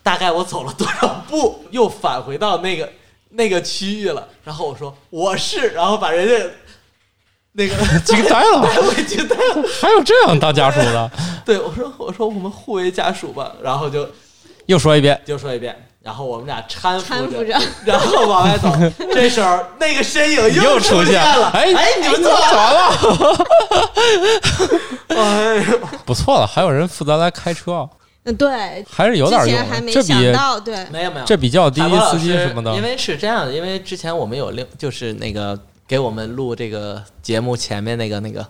大概我走了多少步，又返回到那个那个区域了。然后我说我是，然后把人家那个 惊呆了，带回去带回去。还有这样当家属的，对我说我说我们互为家属吧，然后就又说一遍，就说一遍。然后我们俩搀搀扶扶着，然后往外 走。这时候那个身 影又出现了，哎哎，你们做坐好。完了， 哎呦不错了，还有人负责来开车，嗯，对，还是有点之用前还的，没这想比到，对，没有没有，这比较滴海滴波老司机师什么的因为是这样的，因为之前我们有另就是那个给我们录这个节目前面那个那个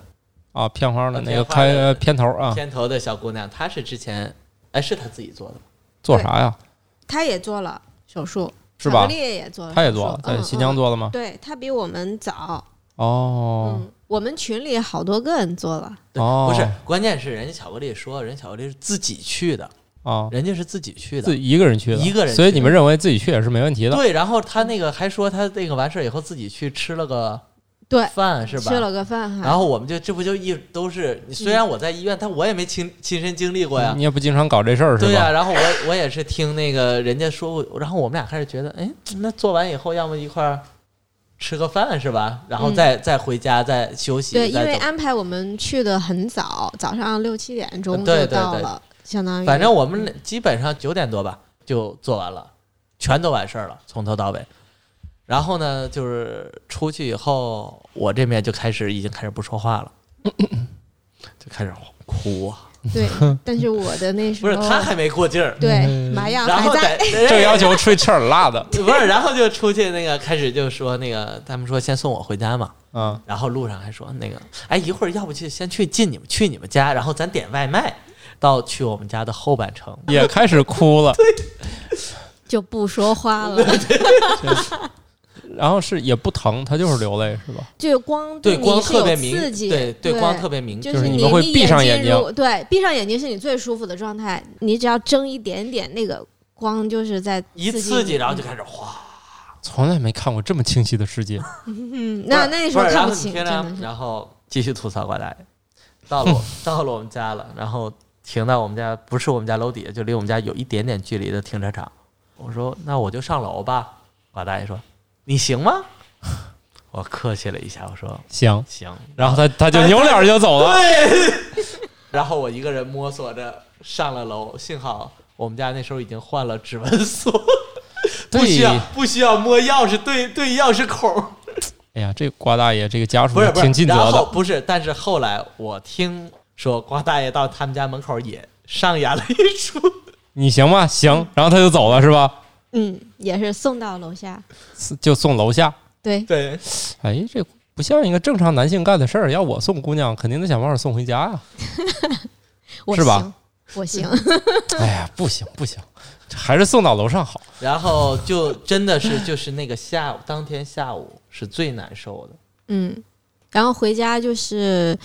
啊，片花的那个片花的开片头啊，片头的小姑娘，她是之前哎是她自己做的吗，做啥呀？他也做了手术，是吧巧克力也做了手术，他也做了，在嗯新疆。嗯做了吗？对他比我们早，哦嗯，我们群里好多个人做了，嗯对哦不是，关键是人家巧克力说，人家巧克力是自己去的，啊，人家是自己去自的。己一个人去的，一个人去的所以你们认为自己去也是没问题的。对，然后她那个还说她那个完事儿以后自己去吃了个对，饭是吧？吃了个饭嗯还，然后我们就这不就一都是，虽然我在医院，但我也没亲亲身经历过呀。你也不经常搞这事儿是啊对啊吧？呀、然后我我也是听那个人家说过，然后我们俩开始觉得，哎，那做完以后，要么一块儿吃个饭是吧？然后再、再回家再休息，嗯对，因再为走安排我们去的很早，早上六七点钟对对就到对了，相当于反正我们基本上九点多吧就做完了，全都完事儿了，从头到尾。然后呢，就是出去以后，我这边就开始已经开始不说话了， 就开始哭啊， 对，但是我的那时不是候他还没过劲儿，对麻药然还后在，在，正要求出去吃点辣的 不是，然后就出去那个开始就说那个他们说先送我回家嘛，嗯，然后路上还说那个哎一会儿要不去先去进你们去你们家，然后咱点外卖到去我们家的后半程。也开始哭 了。就不说话了，然后是也不疼，他就是流泪是吧？就光对你光是特有别明，刺激，对对光特别明，就嗯就是是你你们会你闭上眼睛如睛，对，闭上眼睛是你最舒服的状态。你只要睁一点点，那个光就是在一刺嗯刺激然后就开始哗。从来没看过这么清晰的世界。嗯，那不是那时候不是看然不后你清，听真着的是然后继续吐槽瓜大爷， 到了我到了我们家了，然后停到我们家不是我们家楼底下，就离我们家有一点点距离的停车场。我说那我就上楼吧。瓜大爷说你行吗？ 我客气了一下，我说行。行。 然后他他就扭脸就走了。然后我一个人摸索着上了楼，幸好我们家那时候已经换了指纹锁，不需要不需要摸钥匙对对钥匙孔，哎呀，这个瓜大爷这个家属不是不是，挺尽责然的。后不是，但是后来我听说瓜大爷到他们家门口也上演了 一出，你行吗？行。然后他就走了是吧？嗯，也是送到楼下。就送楼下。对，对，哎，这不像一个正常男性干的事儿。要我送姑娘，肯定得想办法送回家啊呀、我是吧行？我行，哎呀，不行不行，还是送到楼上好。然后就真的是就是那个下午，当天下午是最难受的，嗯，然后回家就是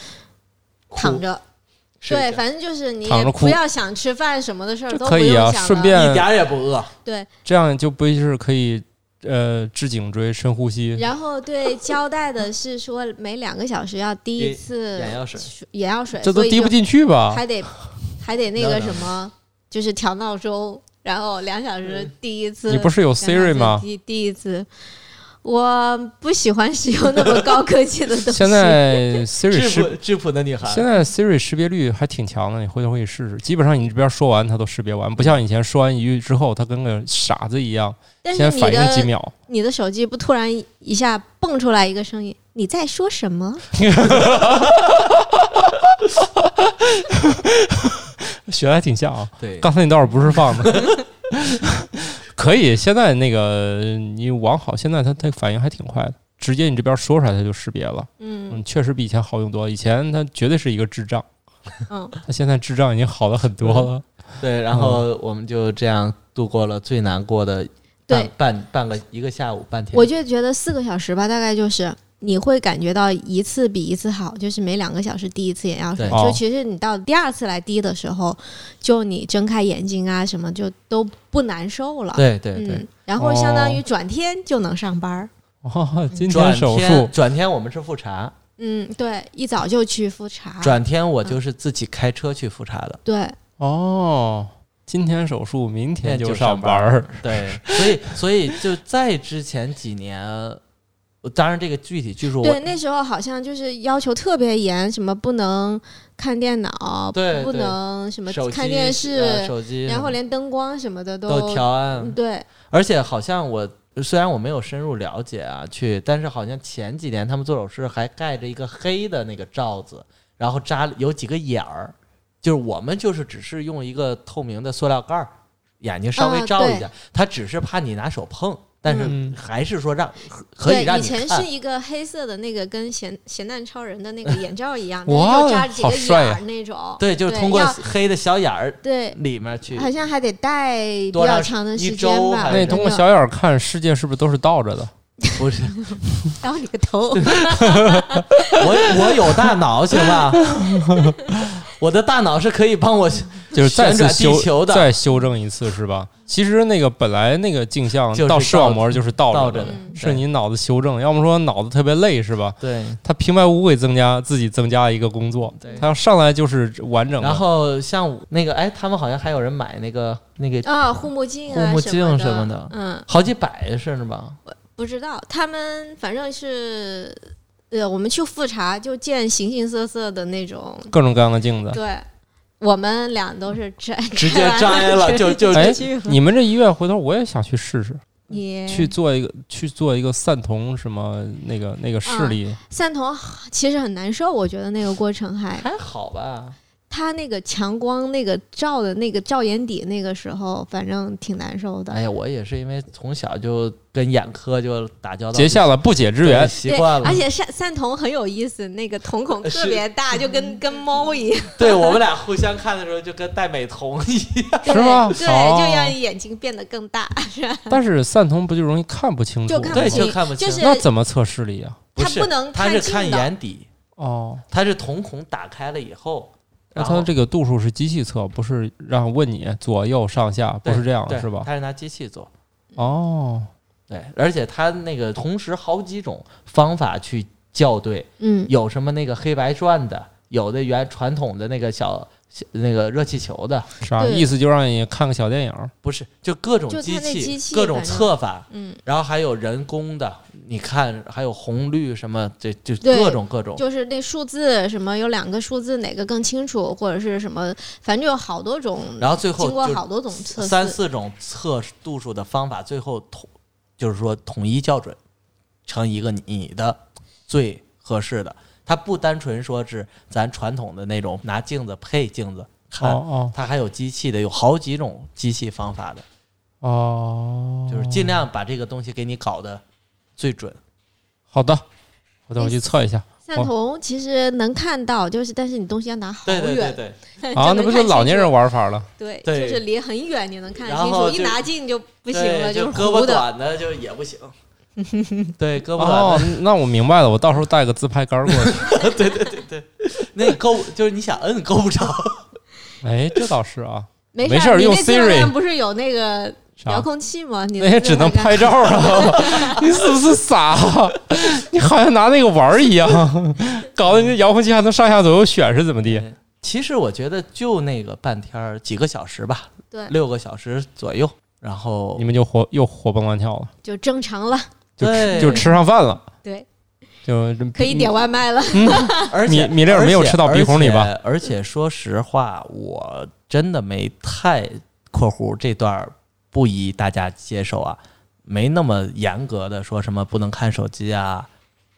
哭躺着，睡对，着反正就是你躺着也哭不要想吃饭什么的事儿这都可不以用啊想了顺便一点儿也不饿，对，这样就不是可以呃治颈椎、深呼吸。然后对交代的是说每两个小时要滴一眼次眼药水眼药水，这都所以滴就不进去吧？还得还得那 No, 个 no. 什么，就是调闹钟，然后两小时滴一次。嗯你不是有两小时 Siri 吗？滴滴一次。我不喜欢使用那么高科技的东西。现在 Siri 质朴识质朴的女孩，现在 Siri 识别率还挺强的，你回头可以试试。基本上你这边说完它都识别完，不像以前说完一句之后，它跟个傻子一样，但是先你反应几的秒。你的手机不突然一下蹦出来一个声音，你在说什么？学的还挺像啊。对刚才你倒是不是放的， 可以。现在那个你网好，现在它它反应还挺快的，直接你这边说出来它就识别了。嗯嗯，确实比以前好用多了。以前它绝对是一个智障，嗯，它现在智障已经好了很多了。对，然后我们就这样度过了最难过的半对，半半个一个下午半天。我就觉得四个小时吧，大概就是你会感觉到一次比一次好，就是每两个小时滴一次眼药水。对就其实你到第二次来滴的时候，就你睁开眼睛啊什么就都不难受了。对对对，嗯，然后相当于转天就能上班儿。哦，今转天手术天转天我们是复查，嗯，对，一早就去复查。转天我就是自己开车去复查的。对，哦，今天手术，明天就上班 明天儿。对，所以所以就在之前几年，我当然这个具体技术对，我那时候好像就是要求特别严，什么不能看电脑，对不对能什么手机看电呃视，手机，然后连灯光什么的都调嗯暗，对，而且好像我。虽然我没有深入了解啊，去，但是好像前几年他们做手术还盖着一个黑的那个罩子，然后扎了有几个眼儿，就是我们就是只是用一个透明的塑料盖儿，眼睛稍微啊罩一对下，他只是怕你拿手碰，但嗯是还是说让可可对，以让以你看。前是一个黑色的那个跟咸咸蛋超人的那个眼罩一样， 哇哦但是就扎着几好个帅眼呀儿那种。啊对，就是通过要黑的小眼儿对，里面去。好像还得戴比多较长长的一时周间吧。还那是你通过那小眼儿看世界是不是都是倒着的？不是，到你个头， 我我有大脑，行 吧？我的大脑是可以帮我嗯就是再旋次转地修球的再修正一次是吧？其实那个本来那个镜像就是到视网膜就是倒倒着着的的嗯，是你脑子修正，要么说脑子特别累是吧？ 对。他平白无故给增加自己增加一个工作对，他要上来就是完整的。然后像那个，哎，他们好像还有人买那个那个啊，护目镜啊，护目镜什么的的，嗯，好几百是吧？不知道他们反正是，呃，我们去复查就见形形色色的 那种，各种各样的镜子。对。我们俩都是摘， 直接摘完摘了直就就 哎去了你们这医院回头我也想去试试，你去做一个去做一个散瞳什么那个那个嗯视力，散瞳其实很难受，我觉得那个过程还还好吧？他那个强光那个照的那个照眼底那个时候，反正挺难受的。哎呀，我也是因为从小就跟眼科就打交道，结下了不解之对缘。习对，惯了呃而。且散散瞳很有意思，那个瞳孔是特别大，就跟跟猫一 样，对我们俩互相看的时候，就跟戴美瞳一样。是吗对，哦就让眼睛变得 更大，但是散瞳不就容易看不清楚 就吗？看不对清，就看不清就是那怎么测视力啊？它是不能他是看近的，眼底，哦，他是瞳孔打开了以后，那然它后这个度数是机器测，不是让问你左右上下，不对是这样对是吧？他是拿机器做，哦，对，而且他那个同时好几种方法去校对，嗯，有什么那个黑白转的，有的原传统的那个小那个热气球的，啥对啊意思？就让你看个小电影，不是就各种就它机那器、机器各种反正测法，嗯，然后还有人工的，你看还有红绿什么，这就对各种各种。就是那数字什么有两个数字哪个更清楚，或者是什么，反正有好多种，然后最后经过就好多种测试，三四种测度数的方法，最后统就是说统一校准，成一个你的最合适的。它不单纯说是咱传统的那种拿镜子配镜子看，哦它还有机器的，有好几种机器方法的，哦哦，就是尽量把这个东西给你搞得最准。好的，我等我去测一下散瞳其实能看到，就是但是你东西要拿好对远，对对对，就啊，那能不看就清老年楚人玩 法了？对，对就是离很远你能看然清后楚，一就拿近就不不行了，就是胳糊膊的。短的就也不行。 对，胳膊短的哦，那我明白了，我到时候带个自拍杆儿过去。 那够，就是你想摁够不着。哎，这倒是啊，没没事儿儿，你用那镜头 Siri 上不是有那个遥啥？控器吗？你那也只能拍照 了，你是不是傻？啊你好像拿那个玩儿一样，搞得你这遥控器还能上下左右选是怎么地？啊其实我觉得就那个半天儿，几个小时吧，对，六个小时左右。然后你们就活又活蹦乱跳了，就正常了，就吃对就吃上饭了，对，就可以点外卖了。而且米米粒儿没有吃到鼻孔里吧而且？而且说实话，我真的没太（括弧这段儿不宜大家接受啊），没那么严格的说什么不能看手机啊，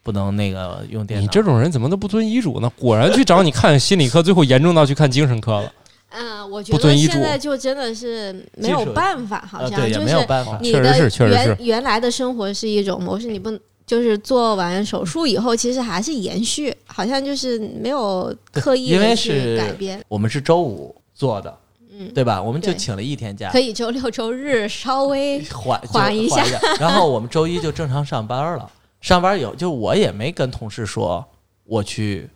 不能那个用电脑。你这种人怎么都不遵医嘱呢？果然去找你看心理科，最后严重到去看精神科了。嗯，我觉不遵得医现嘱啊在就真的是技没有术办法，好呃像、对也就没有是办法，你确实的是确实是原原来的生活是一种模式，你不能就是做完手术以后，其实还是延续，好像就是没有刻意因为的是去改变。我们是周五做的，嗯，对吧？我们就对请了一天假可，以周六周日稍微缓就缓一下缓然后我们周一就正常上班了。上班有就我也没跟同事说我去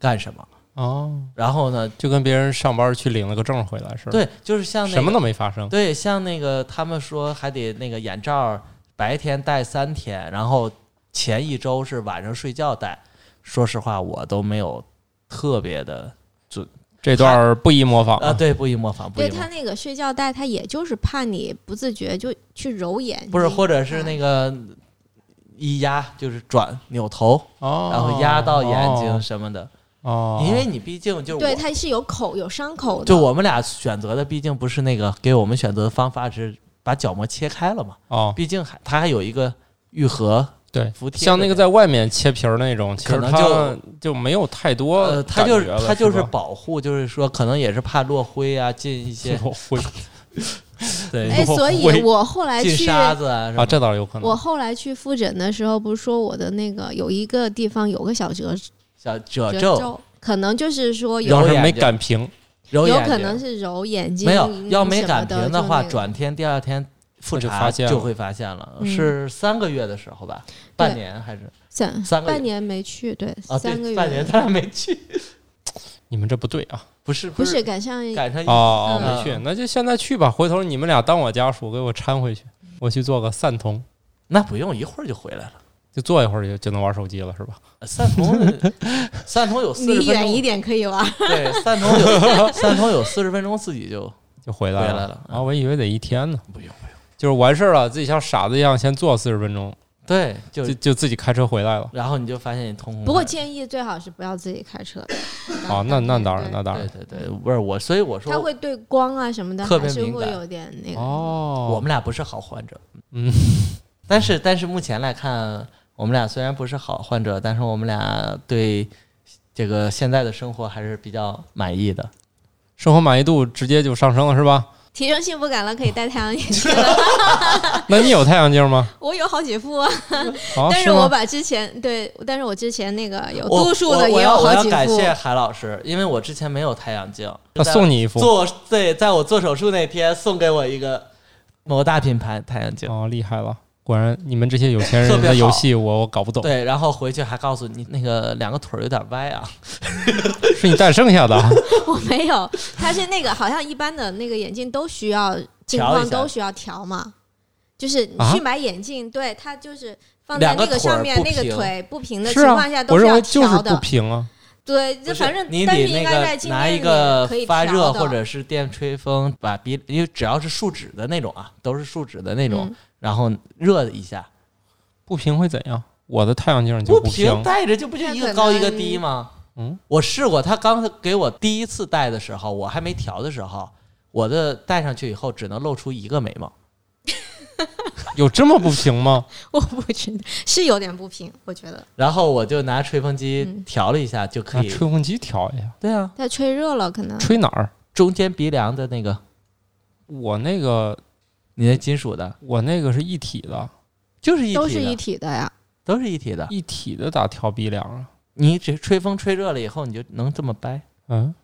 干什么，哦，然后呢，就跟别人上班去领了个证回来似的，，对，就是像、那个、什么都没发生。对，像那个他们说还得那个眼罩白天戴三天，然后前一周是晚上睡觉戴。说实话，我都没有特别的这段儿不宜模仿啊，对，不宜模仿，不对宜模他仿，那个睡觉带，他也就是怕你不自觉就去揉眼睛，不是，或者是那个个一压就是转扭头，哦，然后压到眼睛什么的，哦，因为你毕竟就对，我他是有口有伤口的，就我们俩选择的毕竟不是那个给我们选择的方法是把角膜切开了嘛，哦，毕竟还它还有一个愈合对，服帖的像那个在外面切皮儿那种，其实可能它就就没有太多呃，它哦感就觉了，是它就是是吧保护，就是说可能也是怕落灰啊，进一 些我会 哎，对所以我我后来进去沙子啊什么啊，这倒是有可我能。后来去复诊的时候，不是说我的那个有一个地方有个小褶小褶褶皱，皱，可能就是说有要揉是眼没睛擀平，揉有眼可睛能是揉眼睛，没有要没什么擀平的的话，就那个转天第二天复那就查发现就了会发现了，嗯是三个月的时候吧，半年还是三三个月半年没去，对，啊？三个对，月半年咱俩没去，你们这不对啊！不是不是是赶上赶上一哦，嗯没去，那就现在去吧。回头你们俩当我家属，给我搀回去，嗯我去做个散瞳，那不用一会儿就回来了。就坐一会儿就就能玩手机了，是吧？散瞳的，散瞳有四十离分远一钟，嗯点可以玩， 对，散瞳有散瞳有四十分钟自己就就回回来来了了。嗯啊！我以为得一天呢，不用不用，就是完事儿了，自己像傻子一样先坐四十分钟，对，就就就自己开车回来了。然后你就发现你瞳孔不过很建议最好是不要自己开车。哦，那那当然，嗯对那当对然。对对，不是我，所以我说它会对光啊什么的特别还是敏会感有点那个。哦，我们俩不是好患者， 嗯，但是但是目前来看，我们俩虽然不是好患者，但是我们俩对这个现在的生活还是比较满意的。生活满意度直接就上升了，是 吧？提升幸福感了，可以戴太阳眼 镜了。那你有太阳镜吗？我有好几副啊，啊，但是是我吗？把之前对，但是我之前那个有哦我度数我的我也有要我好要几感副。谢韩老师，因为我之前没有太阳镜，那就在送你一副。做对，在我做手术那天送给我一个某大品牌太阳镜。哦，厉害了！果然你们这些有钱人特别的游好戏我，我搞不懂，对，然后回去还告诉你那个两个腿儿有点歪啊，是你诞剩下的啊。我没有，它是那个好像一般的那个眼镜都 需要镜调一框下都需要调嘛，就是你啊去买眼镜，对它就是放在两个那个腿儿上面不 那个平腿不平的是情啊况下，我都认要为就是调不的。平啊。对，不就是反正你但是得应那该在个镜拿面一里个可以发调热的或者是电吹风，把鼻，因为只要是树脂的那种啊，都是树脂的那种，嗯然后热一下，不平会怎样？我的太阳镜就不平平，戴着就不就那一可个高一个能低吗？嗯，我试过，他刚给我第一次戴的时候，我还没调的时候，我的戴上去以后只能露出一个眉毛，有这么不平吗？我不知道是有点不平，我觉得然后我就拿吹风机嗯调了一下就 可拿以。吹风机调一下，对啊，它吹热了可能。吹哪儿？啊中间鼻梁的那个，我那个你那金属的，我那个是一体的，就是一体的，都是一体的呀，都是一体的。一体的咋调鼻梁啊？你只吹风吹热了以后，你就能这么掰。嗯，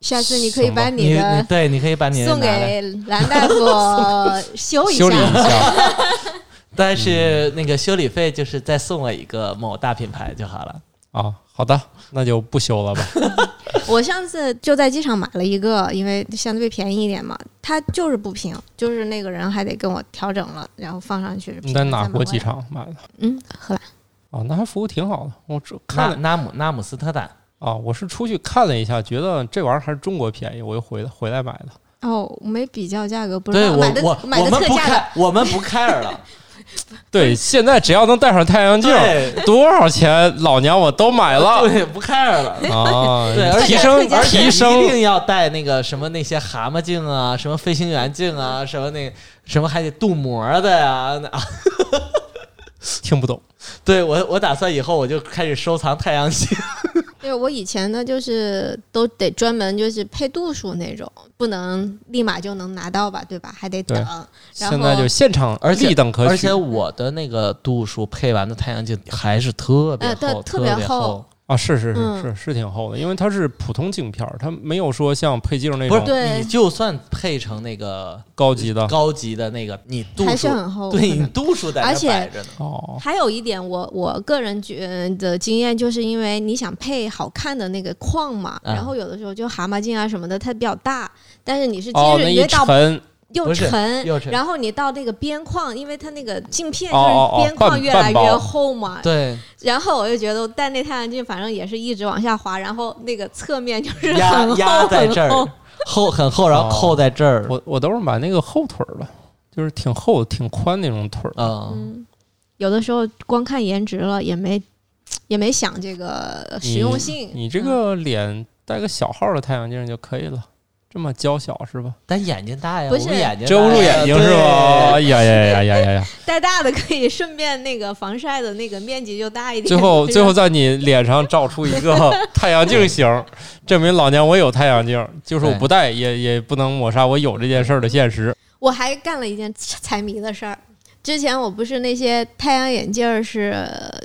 下次你可以把你你的对，你可以把你的送拿来给蓝大夫修一修理一 下，下。但是那个修理费就是再送我一个某大品牌就好了。啊，好的，那就不修了吧。 我上次就在机场买了一个，因为相对便宜一点嘛，它就是不平，就是那个人还得跟我调整了，然后放上去是平你的。在哪再买国回机来？场买的？嗯，荷兰。啊，那还服务挺好的。我这看纳了纳姆纳姆斯特丹，啊，我是出去看了一下，觉得这玩意儿还是中国便宜，我又回回来买的。哦，我没比较价格，不知对道我买的我买我的们特不价的，开我们不 care 了。 对，现在只要能戴上太阳镜，对多少钱老娘我都买 了对，不 care 了。啊！对，而提且升而且提一升，定要戴那个什么那些蛤蟆镜啊，什么飞行员镜啊，什么那什么还得镀膜的呀啊！听不懂。对我我打算以后我就开始收藏太阳 镜。对我以前呢就是都得专门就是配度数那种，不能立马就能拿到吧，对吧？还得对等。然后现在就现场而且立等可取，而且我的那个度数配完的太阳镜还是特别呃对厚，特别别厚。啊，是是嗯是是是挺厚的，因为它是普通镜片儿，它没有说像配镜那不是种对你就算配成那个高级的高级的那个，你度还数是很厚。对可能你度数在那而且摆着呢。哦。还有一点我，我个人觉的经验，就是因为你想配好看的那个框嘛，啊嗯然后有的时候就蛤蟆镜啊什么的，它比较大，但是你是哦近，那日一约到沉又不是沉，又沉然后你到那个边框，因为它那个镜片哦哦就哦是边框半越来半越薄厚嘛，对，然后我就觉得我戴那太阳镜，反正也是一直往下滑，然后那个侧面就是压很厚嗯压在很这儿厚，厚很厚，然后哦扣在这儿。我我都是买那个厚腿儿的，就是挺厚、挺宽那种腿儿。嗯，嗯，有的时候光看颜值了，也没也没想这个实用性。你这嗯个脸戴个小号的太阳镜就可以了，这么娇小是吧？但眼睛大呀，不我是们眼睛遮不住大呀眼睛是吧？？哎呀呀呀呀呀呀！戴大的可以顺便那个防晒的那个面积就大一点。最后 是吧最后在你脸上照出一 个太阳镜形儿，证明老娘我有太阳镜，就是我不戴也也不能抹杀我有这件事儿的现实。我还干了一件财迷的事儿。之前我不是那些太阳眼镜儿是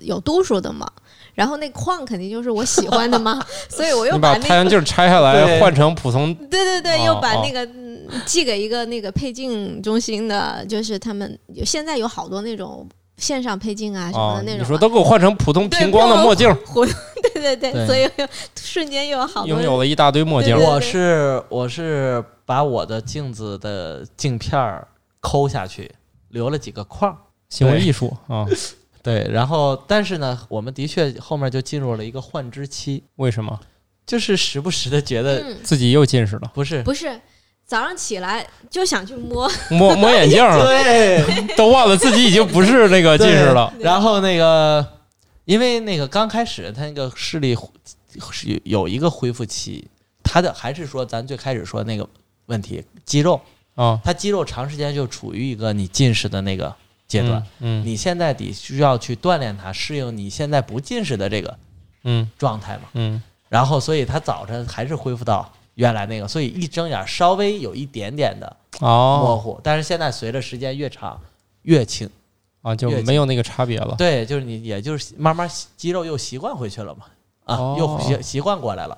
有度数的嘛，然后那框肯定就是我喜欢的 嘛，所以我又你把那太阳镜拆下来对换成普通对对对，哦又把哦那个嗯寄给一个那个配镜中心的，就是他们有现在有好多那种线上配镜啊什么啊，的那你种说嘛。都给我换成普通对平光的墨镜，活 对对对，对所以又瞬间又有好多拥有了一大堆墨镜对对。我是我是把我的镜子的镜片儿抠下去，留了几个框儿。行为艺术啊？对，然后但是呢，我们的确后面就进入了一个换支期，为什么就是时不时的觉得嗯，自己又近视了？不是。不是早上起来就想去摸，抹抹眼镜了，对，都忘了自己已经不是那哎个近视了。然后那个，因为那个刚开始他那个视力是有有一个恢复期，他的还是说咱最开始说那个问题，肌肉，啊，他肌肉长时间就处于一个你近视的那个阶段，嗯，你现在得需要去锻炼它，适应你现在不近视的这个嗯状态嘛。嗯然后，所以他早晨还是恢复到原来那个，所以一睁眼稍微有一点点的嗯，模哦糊，但是现在随着时间越长越清。啊，就没有那个差别了。对，就是你，也就是慢慢习肌肉又习惯回去了嘛，啊，哦又习习惯过来了。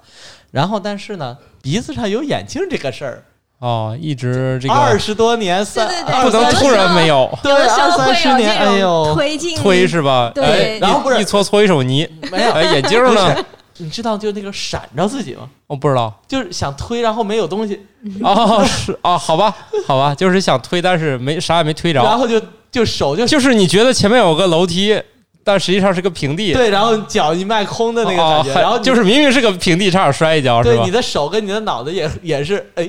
然后，但是呢，鼻子上有眼镜这个事儿，哦，一直这二个十多年三对对对二不能三突然没有对有的时二候三十会有年，哎这种呦，推进推是吧？对哎然后不是一搓搓一手泥，没有，哎，眼镜呢？你知道就那个闪着自己吗？我不知道。就是想推，然后没有东西，哦， 是哦，好吧，好吧，就是想推，但是没啥也没推然着。后就就手就就是你觉得前面有个楼梯，但实际上是个平地。对，然后脚一迈空的那个哦感觉，然后你就是明明是个平地，差点摔一跤，是对吧你？的手跟你的脑袋也也是哎，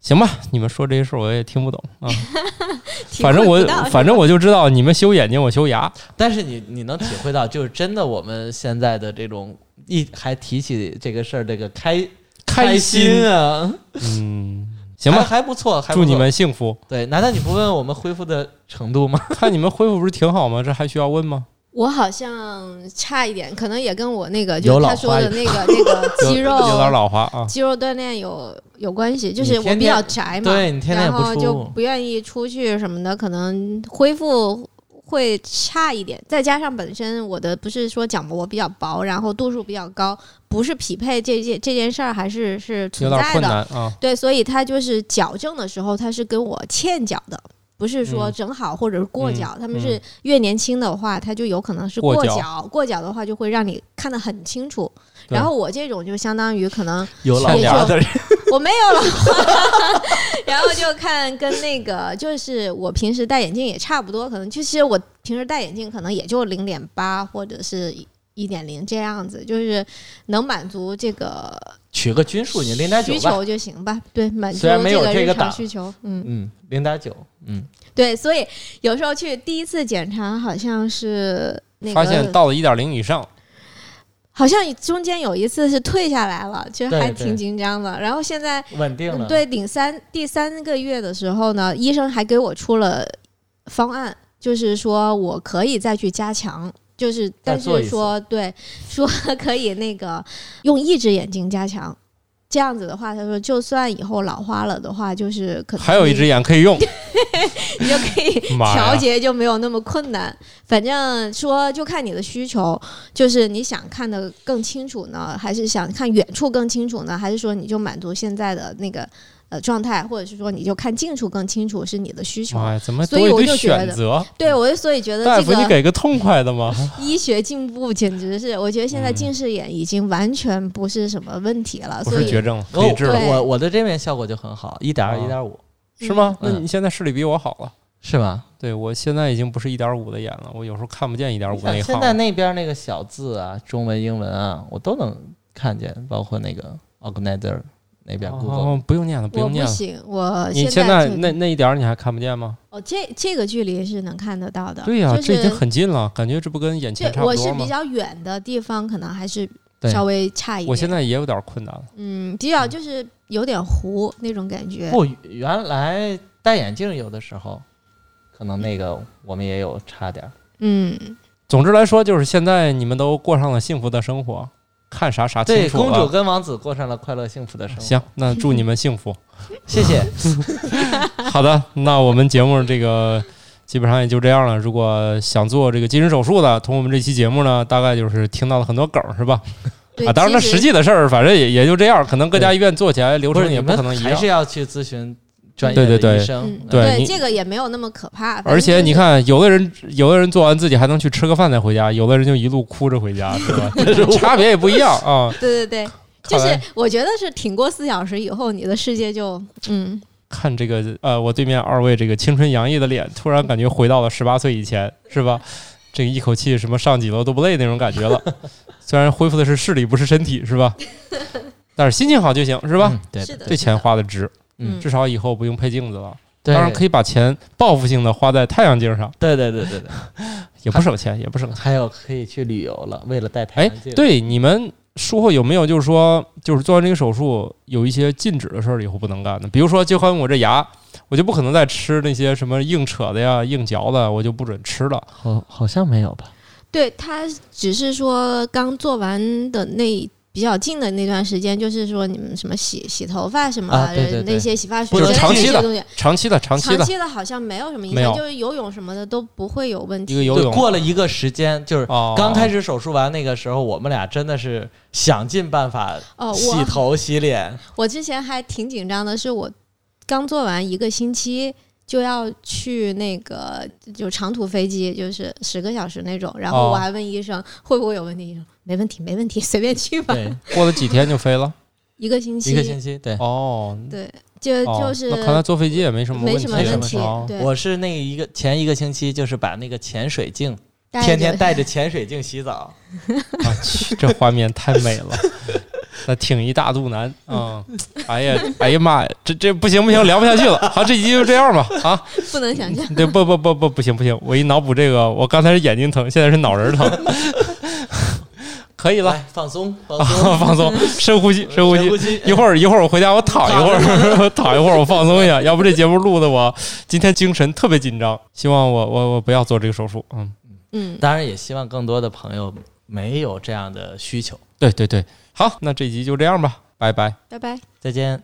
行吧，你们说这些事儿我也听不懂 啊。体反正会我不到反正我就知道你们修眼睛，我修牙。但是你你能体会到，就是真的我们现在的这种一还提起这个事儿，这个开开心啊，嗯，行吧，还还不错，还不祝错你们幸福。对，难道你不问我们恢复的程度吗？ 看你们恢复不是挺好吗？这还需要问吗？我好像差一点，可能也跟我那个有就是老他说花的那个 那个有肌肉有点老化啊。肌肉锻炼有有关系，就你是我天比天较宅嘛，对你天天也然不后就出，不愿意出去什么的，可能恢复会差一点。再加上本身我的不是说角膜比较薄，然后度数比较高，不是匹配这件这件事儿还是是有存点在困难的。啊，对，所以他就是矫正的时候，他是跟我欠缴的。不是说嗯正好或者是过嗯角，他们嗯是越年轻的话，他就有可能是过过角角，过角的话就会让你看得很清楚。对然后我这种就相当于可能有老欠点儿花的人，我没有了， 然后就看跟那个就是我平时戴眼镜也差不多，可能就其实我平时戴眼镜可能也就零点八或者是一点零这样子，就是能满足这个取个均数，你零点需九吧，求就行吧，对，满足虽然没有这日个常档需求，嗯，嗯，零点九，嗯，对，所以有时候去第一次检查好像是那个发现到了一点零以上，好像中间有一次是退下来了，其实还对对挺紧张的，然后现在稳定嗯了，，对，顶三第三个月的时候呢，医生还给我出了方案，就是说我可以再去加强，就是但做一是次说对，说可以那个用一只眼睛加强。这样子的话，他说，就算以后老花了的话，就是可能还有一只眼可以 用。你就可以妈呀调节，就没有那么困难。反正说就看你的需求，就是你想看的更清楚呢，还是想看远处更清楚呢，还是说你就满足现在的那个呃状态，或者是说你就看近处更清楚是你的需求？妈呀，怎么所以多一我堆就觉得选择？对，我就所以觉得大这夫，你个给个痛快的 嘛。医学进步简直是，我觉得现在嗯近视眼已经完全不是什么问题了，不所是绝以症，哦可以治了，对我我的这边效果就很好，一点啊二、一点五，是吗？那嗯你现在视力比我好了。是吧？对我现在已经不是一点五的眼了，我有时候看不见一点五那一现行在了。那边那个小字啊，中文、英文啊，我都能看见，包括那个 organizer 那边 Google，、哦，不用念了，不我用不念了。行，我你现现在就那那一点儿你还看不见吗？哦，这这个距离是能看得到的，对呀、就是这已经很近了，感觉这不跟眼前这差我不是多比吗？较远的地方，可能还是对稍微差一点。我现在也有点困难了。嗯，比较就是有点糊那种感觉。不，原来戴眼镜有的时候，可能那个我们也有差点儿。嗯，总之来说，就是现在你们都过上了幸福的生活，看啥啥清对，楚公主了。跟王子过上了快乐幸福的生活。，行， 那祝你们幸福。谢谢。好的，那我们节目这个基本上也就这样了。如果想做这个近视手术的，通过我们这期节目呢，大概就是听到了很多梗儿，是吧？对，啊，当然，那其实际的事儿，反正也也就这样，可能各家对医院做起来流不是程你也 不们可能一还样是。要去咨询专对业对的医对生。嗯，对你对，这个也没有那么可怕。反正而且就是你，看，有的人有的人做完自己还能去吃个饭再回家，有的人就一路哭着回家，是 吧？差别也不一样啊。对对对，就看是来我觉得是挺过四小时以后，你的世界就嗯，看这个呃，我对面二位这个青春洋溢的脸，突然感觉回到了十八岁以前，是吧？这个一口气什么上几楼都不累那种感觉了。 虽然恢复的是视力，不是身体，是吧？但是心情好就行，是吧？嗯？对是的这钱花的值，嗯至少以后不用配镜子了。对当然可以。以把钱报复性的花在太阳镜上，对对对对对，也啊不省钱，也不省钱。还有可以去旅游了，为了戴太哎阳镜。，，对，你们术后有没有就是说，就是做完这个手术有一些禁止的事儿以后不能干的？比如说，就和我这牙，我就不可能再吃那些什么硬扯的呀、硬嚼的，我就不准吃了。好好像没有吧？对他只是说刚做完的那。比较近的那段时间，就是说你们什么洗洗头发什么、啊对对对那些洗发水不之能类长期那些的东西，长期的，长期长的，期的好像没有什么影没有响，就是游泳什么的都不会有问一题。个游对，泳过了一个时间，就是哦，刚开始手术完那个时候，我们俩真的是想尽办法哦，洗我头洗脸，我之前还挺紧张的，是我刚做完一个星期就要去那个就长途飞机，就是十个小时那种。然后我还问医生、会不会有问题，医生没问题，没问题，随便去吧。对，过了几天就飞了。一个星期，一个星期，对。哦，对，就、 哦就是那看来坐飞机也没什么没问什题，么没什问么题哦。对，我是那一个前一个星期，就是把那个潜水镜大天家天就带着潜水镜洗 澡，啊，去这画面太美了。 那挺一大肚腩 啊、哎呀，哎呀妈呀，这这不行不行，聊不下去了。好，这集就这样吧啊！ 不能想象。 对，不不不不，不行不行，我一脑补这个，我刚才是眼睛疼，现在是脑仁疼。 可以了，来放松放啊，松放松，深呼吸，深呼吸。吸一会儿一会儿我回家我躺一会儿， 我躺一会儿我放松一下，要不这节目录的我今天精神特别紧张。希望我我我不要做这个手术。嗯，嗯， 当然也希望更多的朋友没有这样的需求。对对对，好，那这集就这样吧，拜拜。拜拜。再见。